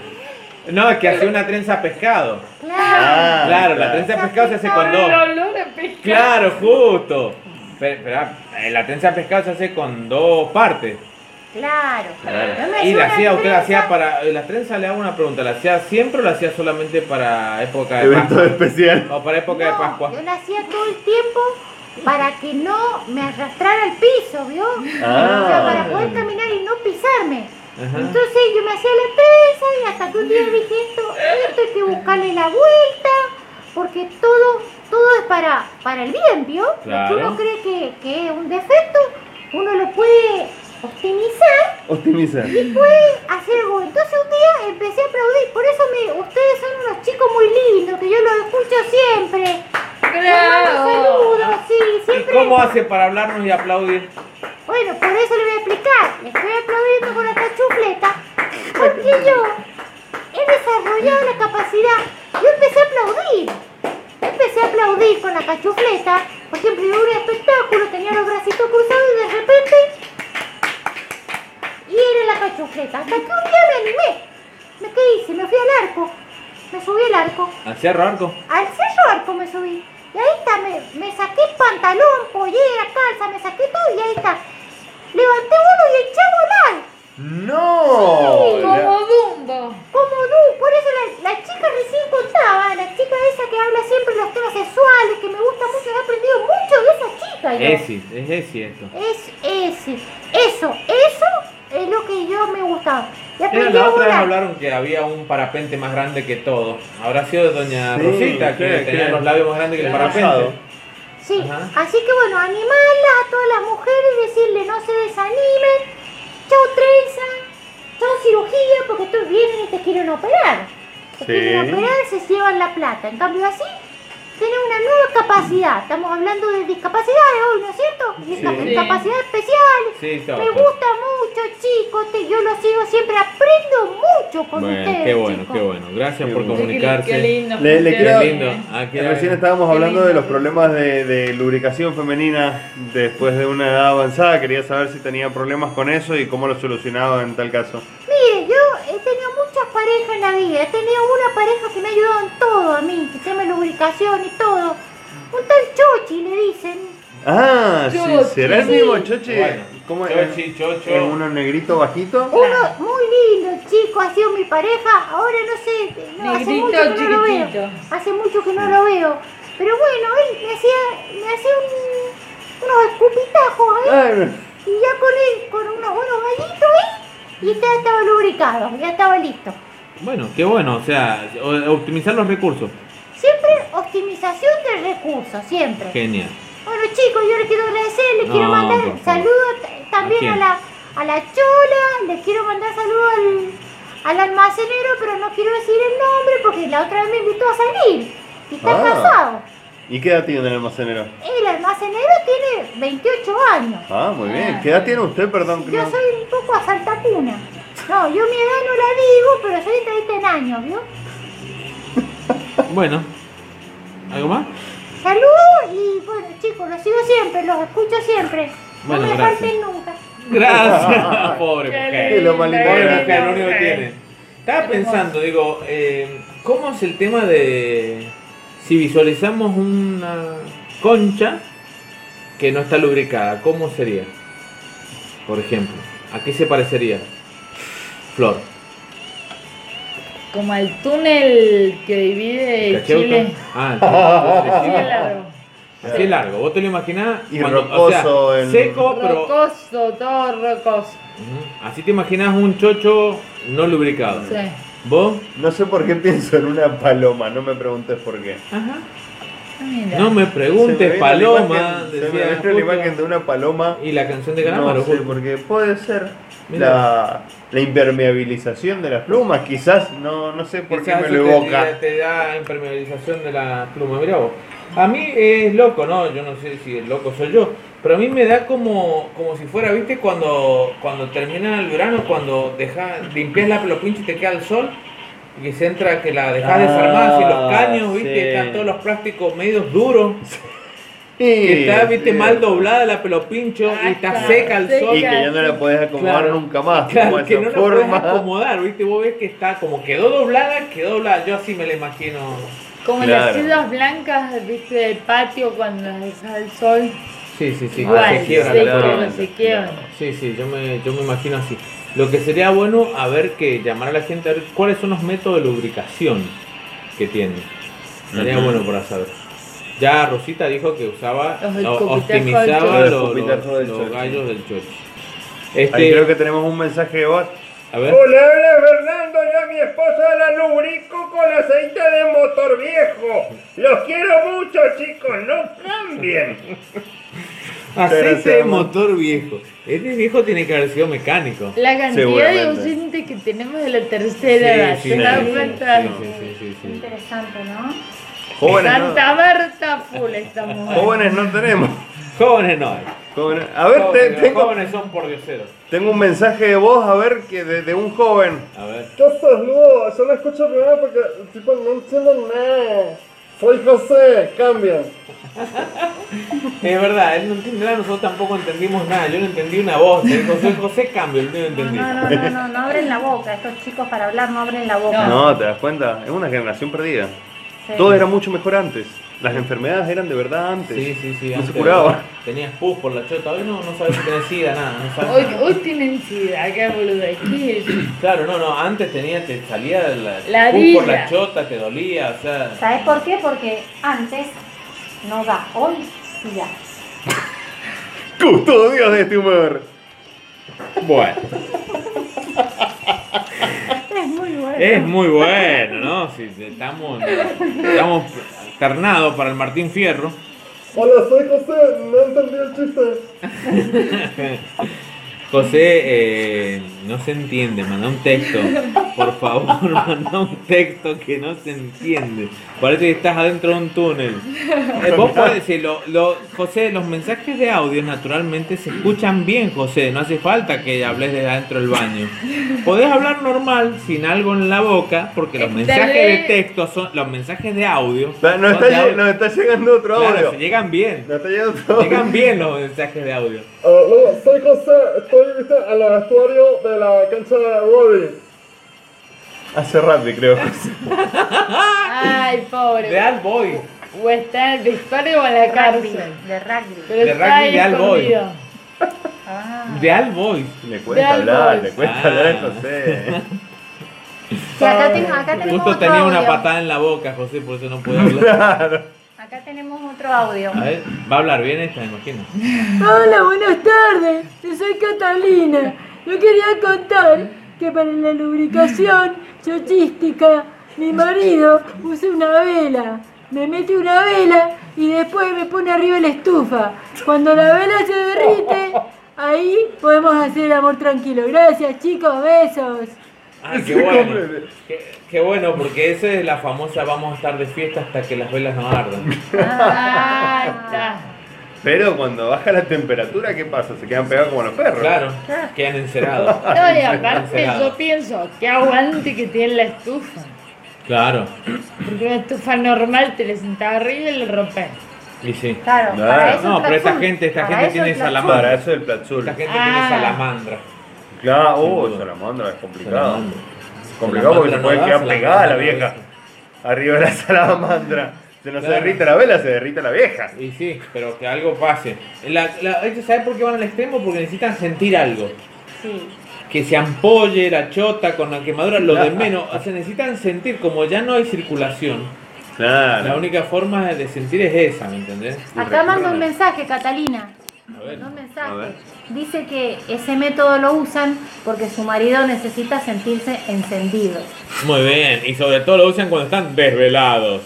Speaker 2: No, es que hacía una trenza a pescado.
Speaker 6: Claro.
Speaker 5: Ah,
Speaker 2: Claro, la trenza a pescado se hace con
Speaker 4: Por Ah, el
Speaker 2: dos.
Speaker 4: olor a pescado.
Speaker 2: Claro, justo. Pero, pero, ah, la trenza a pescado se hace con dos partes.
Speaker 6: Claro. Yo me
Speaker 2: Y la
Speaker 6: una
Speaker 2: hacía, usted la hacía
Speaker 6: trenza.
Speaker 2: para. eh, La trenza le hago una pregunta, ¿la hacía siempre o la hacía solamente para época de
Speaker 5: Evento
Speaker 2: Pascua?
Speaker 5: especial.
Speaker 2: O para época de
Speaker 6: No,
Speaker 2: Pascua.
Speaker 6: Yo la hacía todo el tiempo para que no me arrastrara al piso, ¿vio? O sea, para poder caminar y no pisarme.
Speaker 2: Ah. Ajá.
Speaker 6: Entonces yo me hacía la trenza y hasta que un día dije esto, esto hay que buscarle la vuelta, porque todo, todo es para, para el bien, ¿vio? Lo que
Speaker 2: Claro.
Speaker 6: uno cree que, que es un defecto, uno lo puede optimizar
Speaker 5: Optimizar.
Speaker 6: puede hacer algo. Entonces un día empecé a aplaudir. Por eso me, ustedes son unos chicos muy lindos, que yo los escucho siempre. Les mando
Speaker 4: Bravo.
Speaker 6: saludos, sí,
Speaker 2: ¿Y
Speaker 6: siempre.
Speaker 2: cómo hace para hablarnos y aplaudir?
Speaker 6: Bueno, por eso les voy a explicar. Les estoy aplaudiendo con esta chufleta. Porque yo he desarrollado la capacidad. Yo empecé a aplaudir. Empecé a aplaudir con la cachufleta. Por ejemplo, yo vi un espectáculo, tenía los bracitos cruzados y de repente. Y era la cachufleta. Hasta que un día me animé. ¿Me qué hice? Me fui al arco. Me subí al arco.
Speaker 2: ¿Hacía arco?
Speaker 6: Al sello arco me subí. Y ahí está, me, me saqué pantalón, pollera, calza, me saqué todo y ahí está. Levanté uno y eché a volar.
Speaker 5: ¡No!
Speaker 4: Como Dumbo.
Speaker 6: Como no, por eso la, la chica recién contaba, la chica esa que habla siempre de los temas sexuales, que me gusta mucho, he aprendido mucho de esa chica. yo.
Speaker 2: Esi, es Esi esto.
Speaker 6: Es ese. Eso, eso es lo que yo me gustaba. Y
Speaker 2: Era
Speaker 6: aprendí a
Speaker 2: la otra vez
Speaker 6: volar.
Speaker 2: hablaron que había un parapente más grande que todo. Habrá sido de doña
Speaker 5: Sí,
Speaker 2: Rosita, que
Speaker 5: sí,
Speaker 2: tenía
Speaker 5: sí.
Speaker 2: los labios más grandes que el
Speaker 5: Claro.
Speaker 2: parapente.
Speaker 6: Sí,
Speaker 2: Ajá.
Speaker 6: así que bueno, animarla a todas las mujeres, decirle no se desanimen, chau trenza, chau cirugía, porque tú vienen y te quieren operar.
Speaker 5: Sí.
Speaker 6: Te quieren operar, se llevan la plata. En cambio así, tienen una nueva capacidad. Estamos hablando de discapacidades hoy, ¿no es cierto? Disca-
Speaker 2: Sí.
Speaker 6: Discapacidades especiales.
Speaker 2: Sí, está
Speaker 6: Me
Speaker 2: bastante.
Speaker 6: gusta mucho, chicos, te- yo lo sigo siempre, aprendo mucho con ustedes.
Speaker 2: Bueno, qué bueno,
Speaker 6: chicos.
Speaker 2: qué bueno. Gracias
Speaker 5: Qué
Speaker 2: por
Speaker 5: bueno.
Speaker 2: comunicarse.
Speaker 4: Qué lindo.
Speaker 5: Le- le
Speaker 4: Qué
Speaker 5: quiero-
Speaker 2: lindo. Ah, qué
Speaker 5: Eh, Recién
Speaker 2: lindo.
Speaker 5: estábamos
Speaker 4: Qué
Speaker 5: hablando
Speaker 4: lindo.
Speaker 5: de los problemas de, de lubricación femenina después de una edad avanzada. Quería saber si tenía problemas con eso y cómo lo solucionaba en tal caso.
Speaker 6: Mire, yo he tenido muchas parejas en la vida. He tenido una pareja que me ha ayudado en todo a mí, que se llama lubricación y todo. Un tal Chochi, le dicen.
Speaker 5: Ah, sí,
Speaker 4: Chochi.
Speaker 5: ¿será el mismo Choche?
Speaker 2: Bueno,
Speaker 5: ¿Cómo es?
Speaker 2: Chochi, Chocho.
Speaker 5: ¿Es uno negrito bajito?
Speaker 6: Uno muy lindo, chico, ha sido mi pareja. Ahora no sé, no, hace
Speaker 4: Negrito,
Speaker 6: mucho que no lo veo.
Speaker 4: chiquitito.
Speaker 6: Hace mucho que no lo veo. Pero bueno, él me hacía, me hacía un- unos escupitajos ahí.
Speaker 5: Ay,
Speaker 6: Y ya con él, con unos, unos gallitos ahí. Y ya estaba lubricado, ya estaba listo.
Speaker 2: Bueno, qué bueno. O sea, o- optimizar los recursos.
Speaker 6: Siempre optimización de recursos, siempre.
Speaker 2: Genial.
Speaker 6: Bueno chicos, yo les quiero agradecer, les
Speaker 2: No,
Speaker 6: quiero mandar
Speaker 2: por favor.
Speaker 6: saludos t- también
Speaker 2: ¿A
Speaker 6: a,
Speaker 2: quién?
Speaker 6: la a la chola, les quiero mandar saludos al, al almacenero, pero no quiero decir el nombre porque la otra vez me invitó a salir y está
Speaker 5: Ah.
Speaker 6: casado.
Speaker 5: ¿Y qué edad tiene el almacenero?
Speaker 6: El almacenero tiene 28 años.
Speaker 5: Ah, muy bien.
Speaker 4: Ah.
Speaker 5: ¿Qué edad tiene usted, perdón? que
Speaker 6: Yo
Speaker 5: no-
Speaker 6: soy un poco a saltacuna. No, yo mi edad no la digo, pero soy 30 en años, ¿vio?
Speaker 2: Bueno. ¿Algo más?
Speaker 6: Saludos y bueno chicos, los sigo siempre, los escucho siempre.
Speaker 2: Bueno,
Speaker 6: no me
Speaker 2: gracias.
Speaker 6: falten nunca.
Speaker 2: Gracias. Pobre
Speaker 4: Qué
Speaker 2: mujer.
Speaker 5: Que lo
Speaker 2: Pobre mujer,
Speaker 5: malinterpreta.
Speaker 2: lo único que tiene. Estaba pensando, digo, eh, ¿cómo es el tema de si visualizamos una concha que no está lubricada? ¿Cómo sería? Por ejemplo, ¿a qué se parecería? Flor.
Speaker 4: Como el túnel que divide
Speaker 2: ¿Cacheuta?
Speaker 4: Chile.
Speaker 2: Ah,
Speaker 4: Sí,
Speaker 2: <laughs> el túnel de Chile.
Speaker 4: largo.
Speaker 2: Así es largo, vos te lo imaginás
Speaker 5: Y
Speaker 2: cuando- o sea,
Speaker 5: rocoso en-
Speaker 2: seco, pero
Speaker 4: Rocoso, todo rocoso.
Speaker 2: Ujú. así te imaginás un chocho no lubricado.
Speaker 4: Sí. Ah,
Speaker 2: ¿Vos?
Speaker 5: No sé por qué pienso en una paloma, no me preguntes por qué.
Speaker 2: Ajá.
Speaker 4: Ah, mira.
Speaker 2: No me preguntes,
Speaker 5: Se me vino la
Speaker 2: paloma.
Speaker 5: imagen- se me
Speaker 2: decía
Speaker 5: vino la
Speaker 2: justo.
Speaker 5: imagen de una paloma.
Speaker 2: Y la canción de Calamaro.
Speaker 5: No sé,
Speaker 2: justo.
Speaker 5: porque puede ser
Speaker 2: Mira.
Speaker 5: la, la impermeabilización de las plumas, quizás, no, no sé por
Speaker 2: Quizás
Speaker 5: qué me
Speaker 2: eso
Speaker 5: lo
Speaker 2: te-
Speaker 5: evoca.
Speaker 2: Te, da impermeabilización de la pluma, mirá vos. A mí es loco, ¿no? Yo no sé si el loco soy yo, pero a mí me da como, como si fuera, ¿viste? Cuando, cuando termina el verano, cuando deja, limpias la los pinches y te queda el sol, y que se entra, que la dejas
Speaker 5: Ah,
Speaker 2: desarmada, así los caños, ¿viste?
Speaker 5: sí.
Speaker 2: Están todos los plásticos medios duros,
Speaker 5: Sí,
Speaker 2: que está, ¿viste?
Speaker 5: sí.
Speaker 2: Mal doblada la pelo pincho y
Speaker 4: Ah,
Speaker 2: está
Speaker 4: está
Speaker 2: seca el
Speaker 4: seca.
Speaker 2: sol.
Speaker 5: Y que ya no la podés acomodar
Speaker 2: Claro.
Speaker 5: nunca más.
Speaker 2: <laughs>
Speaker 5: como
Speaker 2: Claro,
Speaker 5: esa
Speaker 2: que no la puedes
Speaker 5: forma.
Speaker 2: acomodar, ¿viste? Vos ves que está como quedó doblada, quedó doblada. Yo así me la imagino.
Speaker 4: Como las
Speaker 5: Claro.
Speaker 4: sillas blancas, viste, del patio cuando las dejas al sol.
Speaker 2: Sí, sí, sí.
Speaker 4: Igual,
Speaker 2: se
Speaker 4: se
Speaker 2: quiebra
Speaker 4: quiebran,
Speaker 2: la
Speaker 5: claro.
Speaker 2: tabla.
Speaker 4: se quiebran.
Speaker 2: Sí, sí, yo me, yo me imagino así. Lo que sería bueno, a ver, que llamar a la gente a ver cuáles son los métodos de lubricación que tienen. Sería
Speaker 5: Ujú.
Speaker 2: bueno para saber. Ya Rosita dijo que usaba,
Speaker 4: Los
Speaker 2: o-
Speaker 4: escupitajos del
Speaker 2: optimizaba
Speaker 5: chochi.
Speaker 2: los,
Speaker 5: Los
Speaker 2: los-
Speaker 5: escupitajos del
Speaker 2: los
Speaker 5: chochi.
Speaker 2: gallos del chochi.
Speaker 5: Ahí creo
Speaker 2: Este,
Speaker 5: que tenemos un mensaje de voz.
Speaker 2: a ver.
Speaker 5: hola Fernando, ya mi esposa la lubrico con aceite de motor viejo. Los quiero mucho chicos, no cambien.
Speaker 2: Aceite
Speaker 5: Pero
Speaker 2: de
Speaker 5: se llama-
Speaker 2: motor viejo. Este viejo tiene que haber sido mecánico.
Speaker 4: La cantidad de
Speaker 5: Seguramente.
Speaker 4: ausentes que tenemos de la tercera edad,
Speaker 2: Sí, sí,
Speaker 4: ¿te das
Speaker 2: sí,
Speaker 4: cuenta?
Speaker 2: sí, sí, sí, sí, sí.
Speaker 3: Interesante, ¿no?
Speaker 5: Jóvenes no,
Speaker 4: Santa Marta full estamos.
Speaker 5: jóvenes no tenemos.
Speaker 2: Jóvenes no hay.
Speaker 5: Jóvenes- A ver, te-
Speaker 2: Jóvenes,
Speaker 5: tengo,
Speaker 2: jóvenes son por dioseros.
Speaker 5: tengo un mensaje de voz, a ver, que de, de un joven.
Speaker 2: A ver.
Speaker 7: ¿Qué haces, no? Yo no escucho primero porque, tipo, no entiendo nada. Soy José, cambian.
Speaker 2: Es verdad, él no entenderá, nosotros tampoco entendimos nada. Yo no entendí una voz. El José, José cambio, el no
Speaker 3: No,
Speaker 2: entendí.
Speaker 3: no, no, no, no, no abren la boca. Estos chicos para hablar no abren la boca.
Speaker 5: No, ¿te das cuenta? Es una generación perdida.
Speaker 3: Sí.
Speaker 5: Todo era mucho mejor antes. Las enfermedades eran de verdad antes.
Speaker 2: Sí, sí, sí.
Speaker 5: No
Speaker 2: antes
Speaker 5: se curaba.
Speaker 2: Tenías pus por la chota. Hoy no, no sabes si tenés sida, nada. No sabes
Speaker 4: Hoy,
Speaker 2: nada.
Speaker 4: hoy tienen ansiedad, qué boludo. ¿Qué es eso?
Speaker 2: Claro, no, no. Antes tenías, te salía la,
Speaker 4: La
Speaker 2: pus por la
Speaker 4: villa.
Speaker 2: chota, te dolía, o sea.
Speaker 3: ¿Sabes por qué? Porque antes no da, hoy sí da.
Speaker 5: Custodios de este humor.
Speaker 2: Bueno.
Speaker 3: Es muy bueno.
Speaker 2: Es muy bueno, ¿no? Si estamos, estamos carnados para el Martín Fierro.
Speaker 7: Hola, soy José, no entendí el chiste.
Speaker 2: José, eh, no se entiende, manda un texto. Por favor, <laughs> manda un texto que no se entiende. Parece que estás adentro de un túnel. Eh, vos podés decirlo, lo- José, los mensajes de audio naturalmente se escuchan bien, José. No hace falta que hables de adentro del baño. Podés hablar normal, sin algo en la boca, porque los
Speaker 4: Tal
Speaker 2: mensajes de
Speaker 4: vez-
Speaker 2: texto son. Los mensajes de audio.
Speaker 5: Está- Nos
Speaker 2: son
Speaker 5: está,
Speaker 2: de
Speaker 5: lle-
Speaker 2: audio.
Speaker 5: nos está llegando otro
Speaker 2: Claro,
Speaker 5: audio.
Speaker 2: se llegan bien.
Speaker 5: Nos está llegando otro audio.
Speaker 2: Llegan bien los mensajes de audio.
Speaker 7: Ah, luego, soy José, estoy, viste, en el vestuario de la cancha de rugby.
Speaker 5: Hace rato, <laughs> creo.
Speaker 4: Ay, pobre.
Speaker 2: De Al Boy.
Speaker 4: O está en el vestuario o en la
Speaker 3: Rugby,
Speaker 4: cárcel.
Speaker 3: de rugby.
Speaker 4: Pero
Speaker 2: De
Speaker 4: está
Speaker 2: rugby
Speaker 4: ahí
Speaker 2: de al boy.
Speaker 4: escondido.
Speaker 3: Ah.
Speaker 2: De Al Boy.
Speaker 5: Le cuesta
Speaker 4: Vean
Speaker 5: hablar,
Speaker 4: vos.
Speaker 5: le cuesta
Speaker 2: Ah.
Speaker 5: hablar a
Speaker 2: <laughs>
Speaker 5: José.
Speaker 3: Sí, acá, ten- acá tenemos
Speaker 2: Justo
Speaker 3: otro
Speaker 2: tenía una
Speaker 3: audio.
Speaker 2: patada en la boca, José, por eso no puede hablar.
Speaker 3: Acá tenemos otro audio.
Speaker 2: A ver, va a hablar bien esta, me imagino.
Speaker 8: Hola, buenas tardes. Yo soy Catalina. Yo quería contar que para la lubricación chochística, mi marido usa una vela. Me mete una vela y después me pone arriba la estufa. Cuando la vela se derrite, ahí podemos hacer el amor tranquilo. Gracias, chicos. Besos.
Speaker 2: Ay, Ah, qué bueno. Qué, qué bueno, porque esa es la famosa vamos a estar de fiesta hasta que las velas no ardan.
Speaker 4: Ah,
Speaker 2: <laughs>
Speaker 4: está.
Speaker 5: Pero cuando baja la temperatura, ¿qué pasa? Se quedan pegados como los perros.
Speaker 2: Claro,
Speaker 3: Ah.
Speaker 2: quedan encerados.
Speaker 4: No, y aparte
Speaker 2: Cancelado.
Speaker 4: yo pienso, qué aguante que tiene la estufa.
Speaker 2: Claro,
Speaker 4: Porque una estufa normal te la sentás arriba y la rompes.
Speaker 2: y sí.
Speaker 3: Claro,
Speaker 5: No,
Speaker 3: para eso
Speaker 2: no,
Speaker 3: es
Speaker 2: pero esta
Speaker 3: Platón.
Speaker 2: gente- esta
Speaker 3: Para
Speaker 2: gente
Speaker 3: eso
Speaker 2: tiene
Speaker 3: es Platón.
Speaker 2: salamandra.
Speaker 5: Para eso del platzul.
Speaker 2: La gente tiene
Speaker 4: Ah.
Speaker 2: salamandra.
Speaker 5: Claro,
Speaker 2: Sin
Speaker 5: oh,
Speaker 2: duda.
Speaker 5: salamandra es complicado.
Speaker 2: Salamandra.
Speaker 5: Complicado porque se
Speaker 2: Salamandra
Speaker 5: puede
Speaker 2: no da,
Speaker 5: quedar
Speaker 2: salamandra
Speaker 5: pegada la
Speaker 2: no
Speaker 5: vieja. Arriba de la salamandra. Se nos
Speaker 2: Claro.
Speaker 5: derrita la vela, se derrita la vieja.
Speaker 2: Y sí, pero que algo pase. La, la, ¿Sabes por qué van al extremo? Porque necesitan sentir algo.
Speaker 3: Sí.
Speaker 2: que se ampolle la chota con la quemadura, lo de menos. Se necesitan sentir, como ya no hay circulación, la
Speaker 1: Claro.
Speaker 2: única forma de sentir es esa, ¿me entendés?
Speaker 3: Acá manda un mensaje, Catalina.
Speaker 2: A ver.
Speaker 3: Un
Speaker 1: A ver.
Speaker 3: mensaje. Dice que ese método lo usan porque su marido necesita sentirse encendido.
Speaker 2: Muy bien, y sobre todo lo usan cuando están desvelados.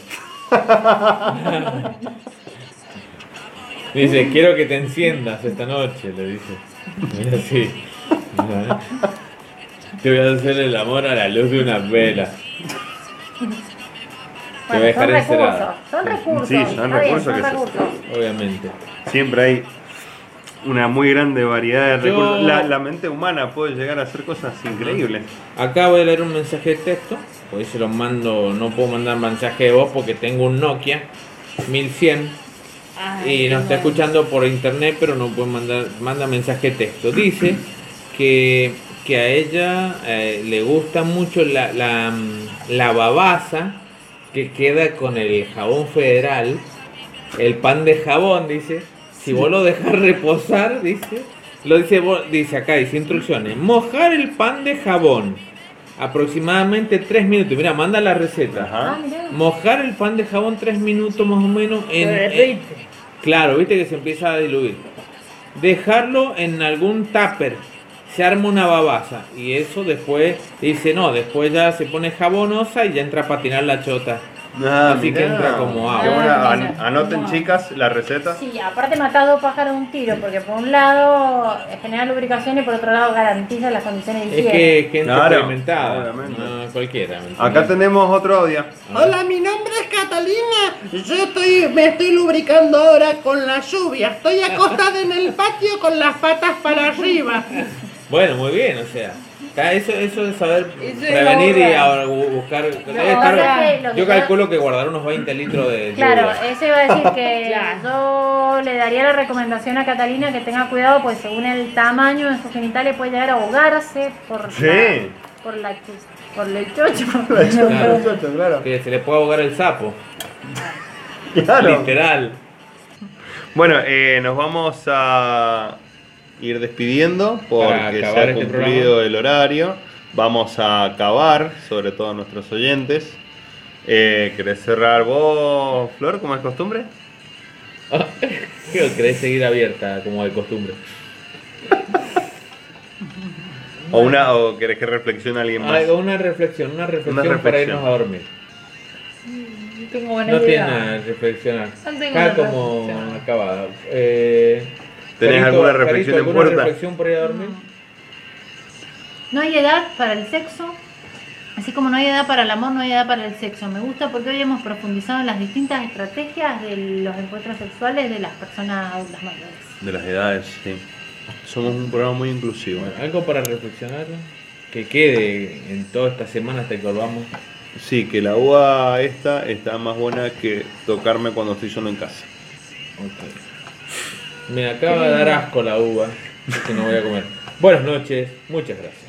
Speaker 2: dice, quiero que te enciendas esta noche, le dice. Mira así. Mira, eh. Te voy a hacer el amor a la luz de una vela. Te voy a
Speaker 3: Bueno, son
Speaker 2: dejar
Speaker 3: recursos,
Speaker 2: encerrada.
Speaker 3: son recursos.
Speaker 1: Sí, son
Speaker 3: está bien,
Speaker 1: recursos que se-
Speaker 3: recursos.
Speaker 2: Obviamente.
Speaker 1: Siempre hay una muy grande variedad de
Speaker 2: Yo-
Speaker 1: recursos. La, la mente humana puede llegar a hacer cosas increíbles.
Speaker 2: Acá voy a leer un mensaje de texto. Hoy se los mando, no puedo mandar mensaje de voz porque tengo un Nokia 1100
Speaker 5: Ay,
Speaker 2: y nos
Speaker 5: qué
Speaker 2: está
Speaker 5: bueno.
Speaker 2: escuchando por internet, pero no puede mandar, manda mensaje de texto.
Speaker 5: <clears throat>
Speaker 2: Dice que, que a ella eh, le gusta mucho la, la, mm, la babasa que queda con el jabón federal, el pan de jabón, dice. Si vos lo dejas reposar, dice, lo dice, vos- dice acá, dice instrucciones, mojar el pan de jabón aproximadamente 3 minutos. Mira, manda la receta.
Speaker 3: Ah, mirá.
Speaker 2: Mojar el pan de jabón 3 minutos más o menos en, eh, ah.
Speaker 5: Lo
Speaker 2: en-
Speaker 5: derrite.
Speaker 2: Claro, viste que se empieza a diluir. Dejarlo en algún tupper. Se arma una babasa. Y eso después dice, no, después ya se pone jabonosa y ya entra a patinar la chota.
Speaker 1: Ah,
Speaker 2: Así que
Speaker 1: mirá.
Speaker 2: entra como agua.
Speaker 1: Qué buena-
Speaker 5: Ah,
Speaker 1: an-
Speaker 5: mira.
Speaker 1: anoten,
Speaker 5: Wow.
Speaker 1: chicas, la receta.
Speaker 5: <laughs>
Speaker 3: Sí, aparte matás dos pájaros de un tiro, porque por un lado eh, genera lubricación y por otro lado garantiza las condiciones de
Speaker 2: Es
Speaker 3: higiene.
Speaker 2: que, que entra
Speaker 1: Claro,
Speaker 2: experimentada.
Speaker 1: obviamente.
Speaker 2: No, cualquiera. ¿me
Speaker 1: Acá
Speaker 2: entendés?
Speaker 1: tenemos otro audio.
Speaker 4: Hola, mi nombre es Catalina. Yo estoy, me estoy lubricando ahora con la lluvia. Estoy acostada en el patio con las patas para arriba.
Speaker 2: Bueno, muy bien, o sea. está- Eso, eso de saber
Speaker 5: Eso es
Speaker 2: prevenir y ahora
Speaker 5: ahorrar.
Speaker 2: bu- buscar.
Speaker 5: No,
Speaker 2: eh, claro,
Speaker 5: o sea,
Speaker 3: que lo que
Speaker 2: yo
Speaker 3: yo-
Speaker 2: calculo que guardar unos 20 litros de.
Speaker 3: Claro,
Speaker 2: lluvia.
Speaker 3: eso iba a decir que
Speaker 5: Claro.
Speaker 3: yo le daría la recomendación a Catalina que tenga cuidado, pues según el tamaño de sus genitales puede llegar a ahogarse por
Speaker 1: Sí.
Speaker 3: la, por la por el chocho.
Speaker 2: Claro.
Speaker 5: eh.
Speaker 1: Claro.
Speaker 2: Que se le puede ahogar el sapo.
Speaker 1: Claro.
Speaker 2: Literal.
Speaker 1: Bueno, eh, nos vamos a ir despidiendo
Speaker 2: Para
Speaker 1: porque se
Speaker 2: acabar
Speaker 1: ha
Speaker 2: este
Speaker 1: cumplido
Speaker 2: programa.
Speaker 1: el horario. Vamos a acabar, sobre todo a nuestros oyentes. Eh, ¿Querés cerrar vos, Flor, como es costumbre?
Speaker 2: Creo que querés seguir abierta, como de costumbre.
Speaker 1: ¿O, una, ¿O querés que reflexione alguien más?
Speaker 2: Algo, una reflexión, una reflexión, para
Speaker 1: reflexión.
Speaker 2: irnos a dormir.
Speaker 5: No tengo buena
Speaker 2: No tiene
Speaker 5: idea.
Speaker 2: nada de reflexionar.
Speaker 5: No tengo
Speaker 2: Está
Speaker 5: nada de
Speaker 2: como
Speaker 5: reflexionar.
Speaker 2: acabada. Eh,
Speaker 1: ¿Tenés alguna reflexión en
Speaker 2: ¿alguna
Speaker 1: puerta?
Speaker 2: reflexión para ir a dormir?
Speaker 3: No hay edad para el sexo, así como no hay edad para el amor, no hay edad para el sexo. Me gusta porque hoy hemos profundizado en las distintas estrategias de los encuentros sexuales de las personas adultas mayores.
Speaker 1: De las edades, sí. Somos un programa muy inclusivo.
Speaker 2: Bueno, algo para reflexionar que quede en toda esta semana hasta que volvamos.
Speaker 1: Sí, que la uva esta está más buena que tocarme cuando estoy solo en casa.
Speaker 2: Ok. Me acaba de dar asco la uva, así que no voy a comer. Buenas noches, muchas gracias.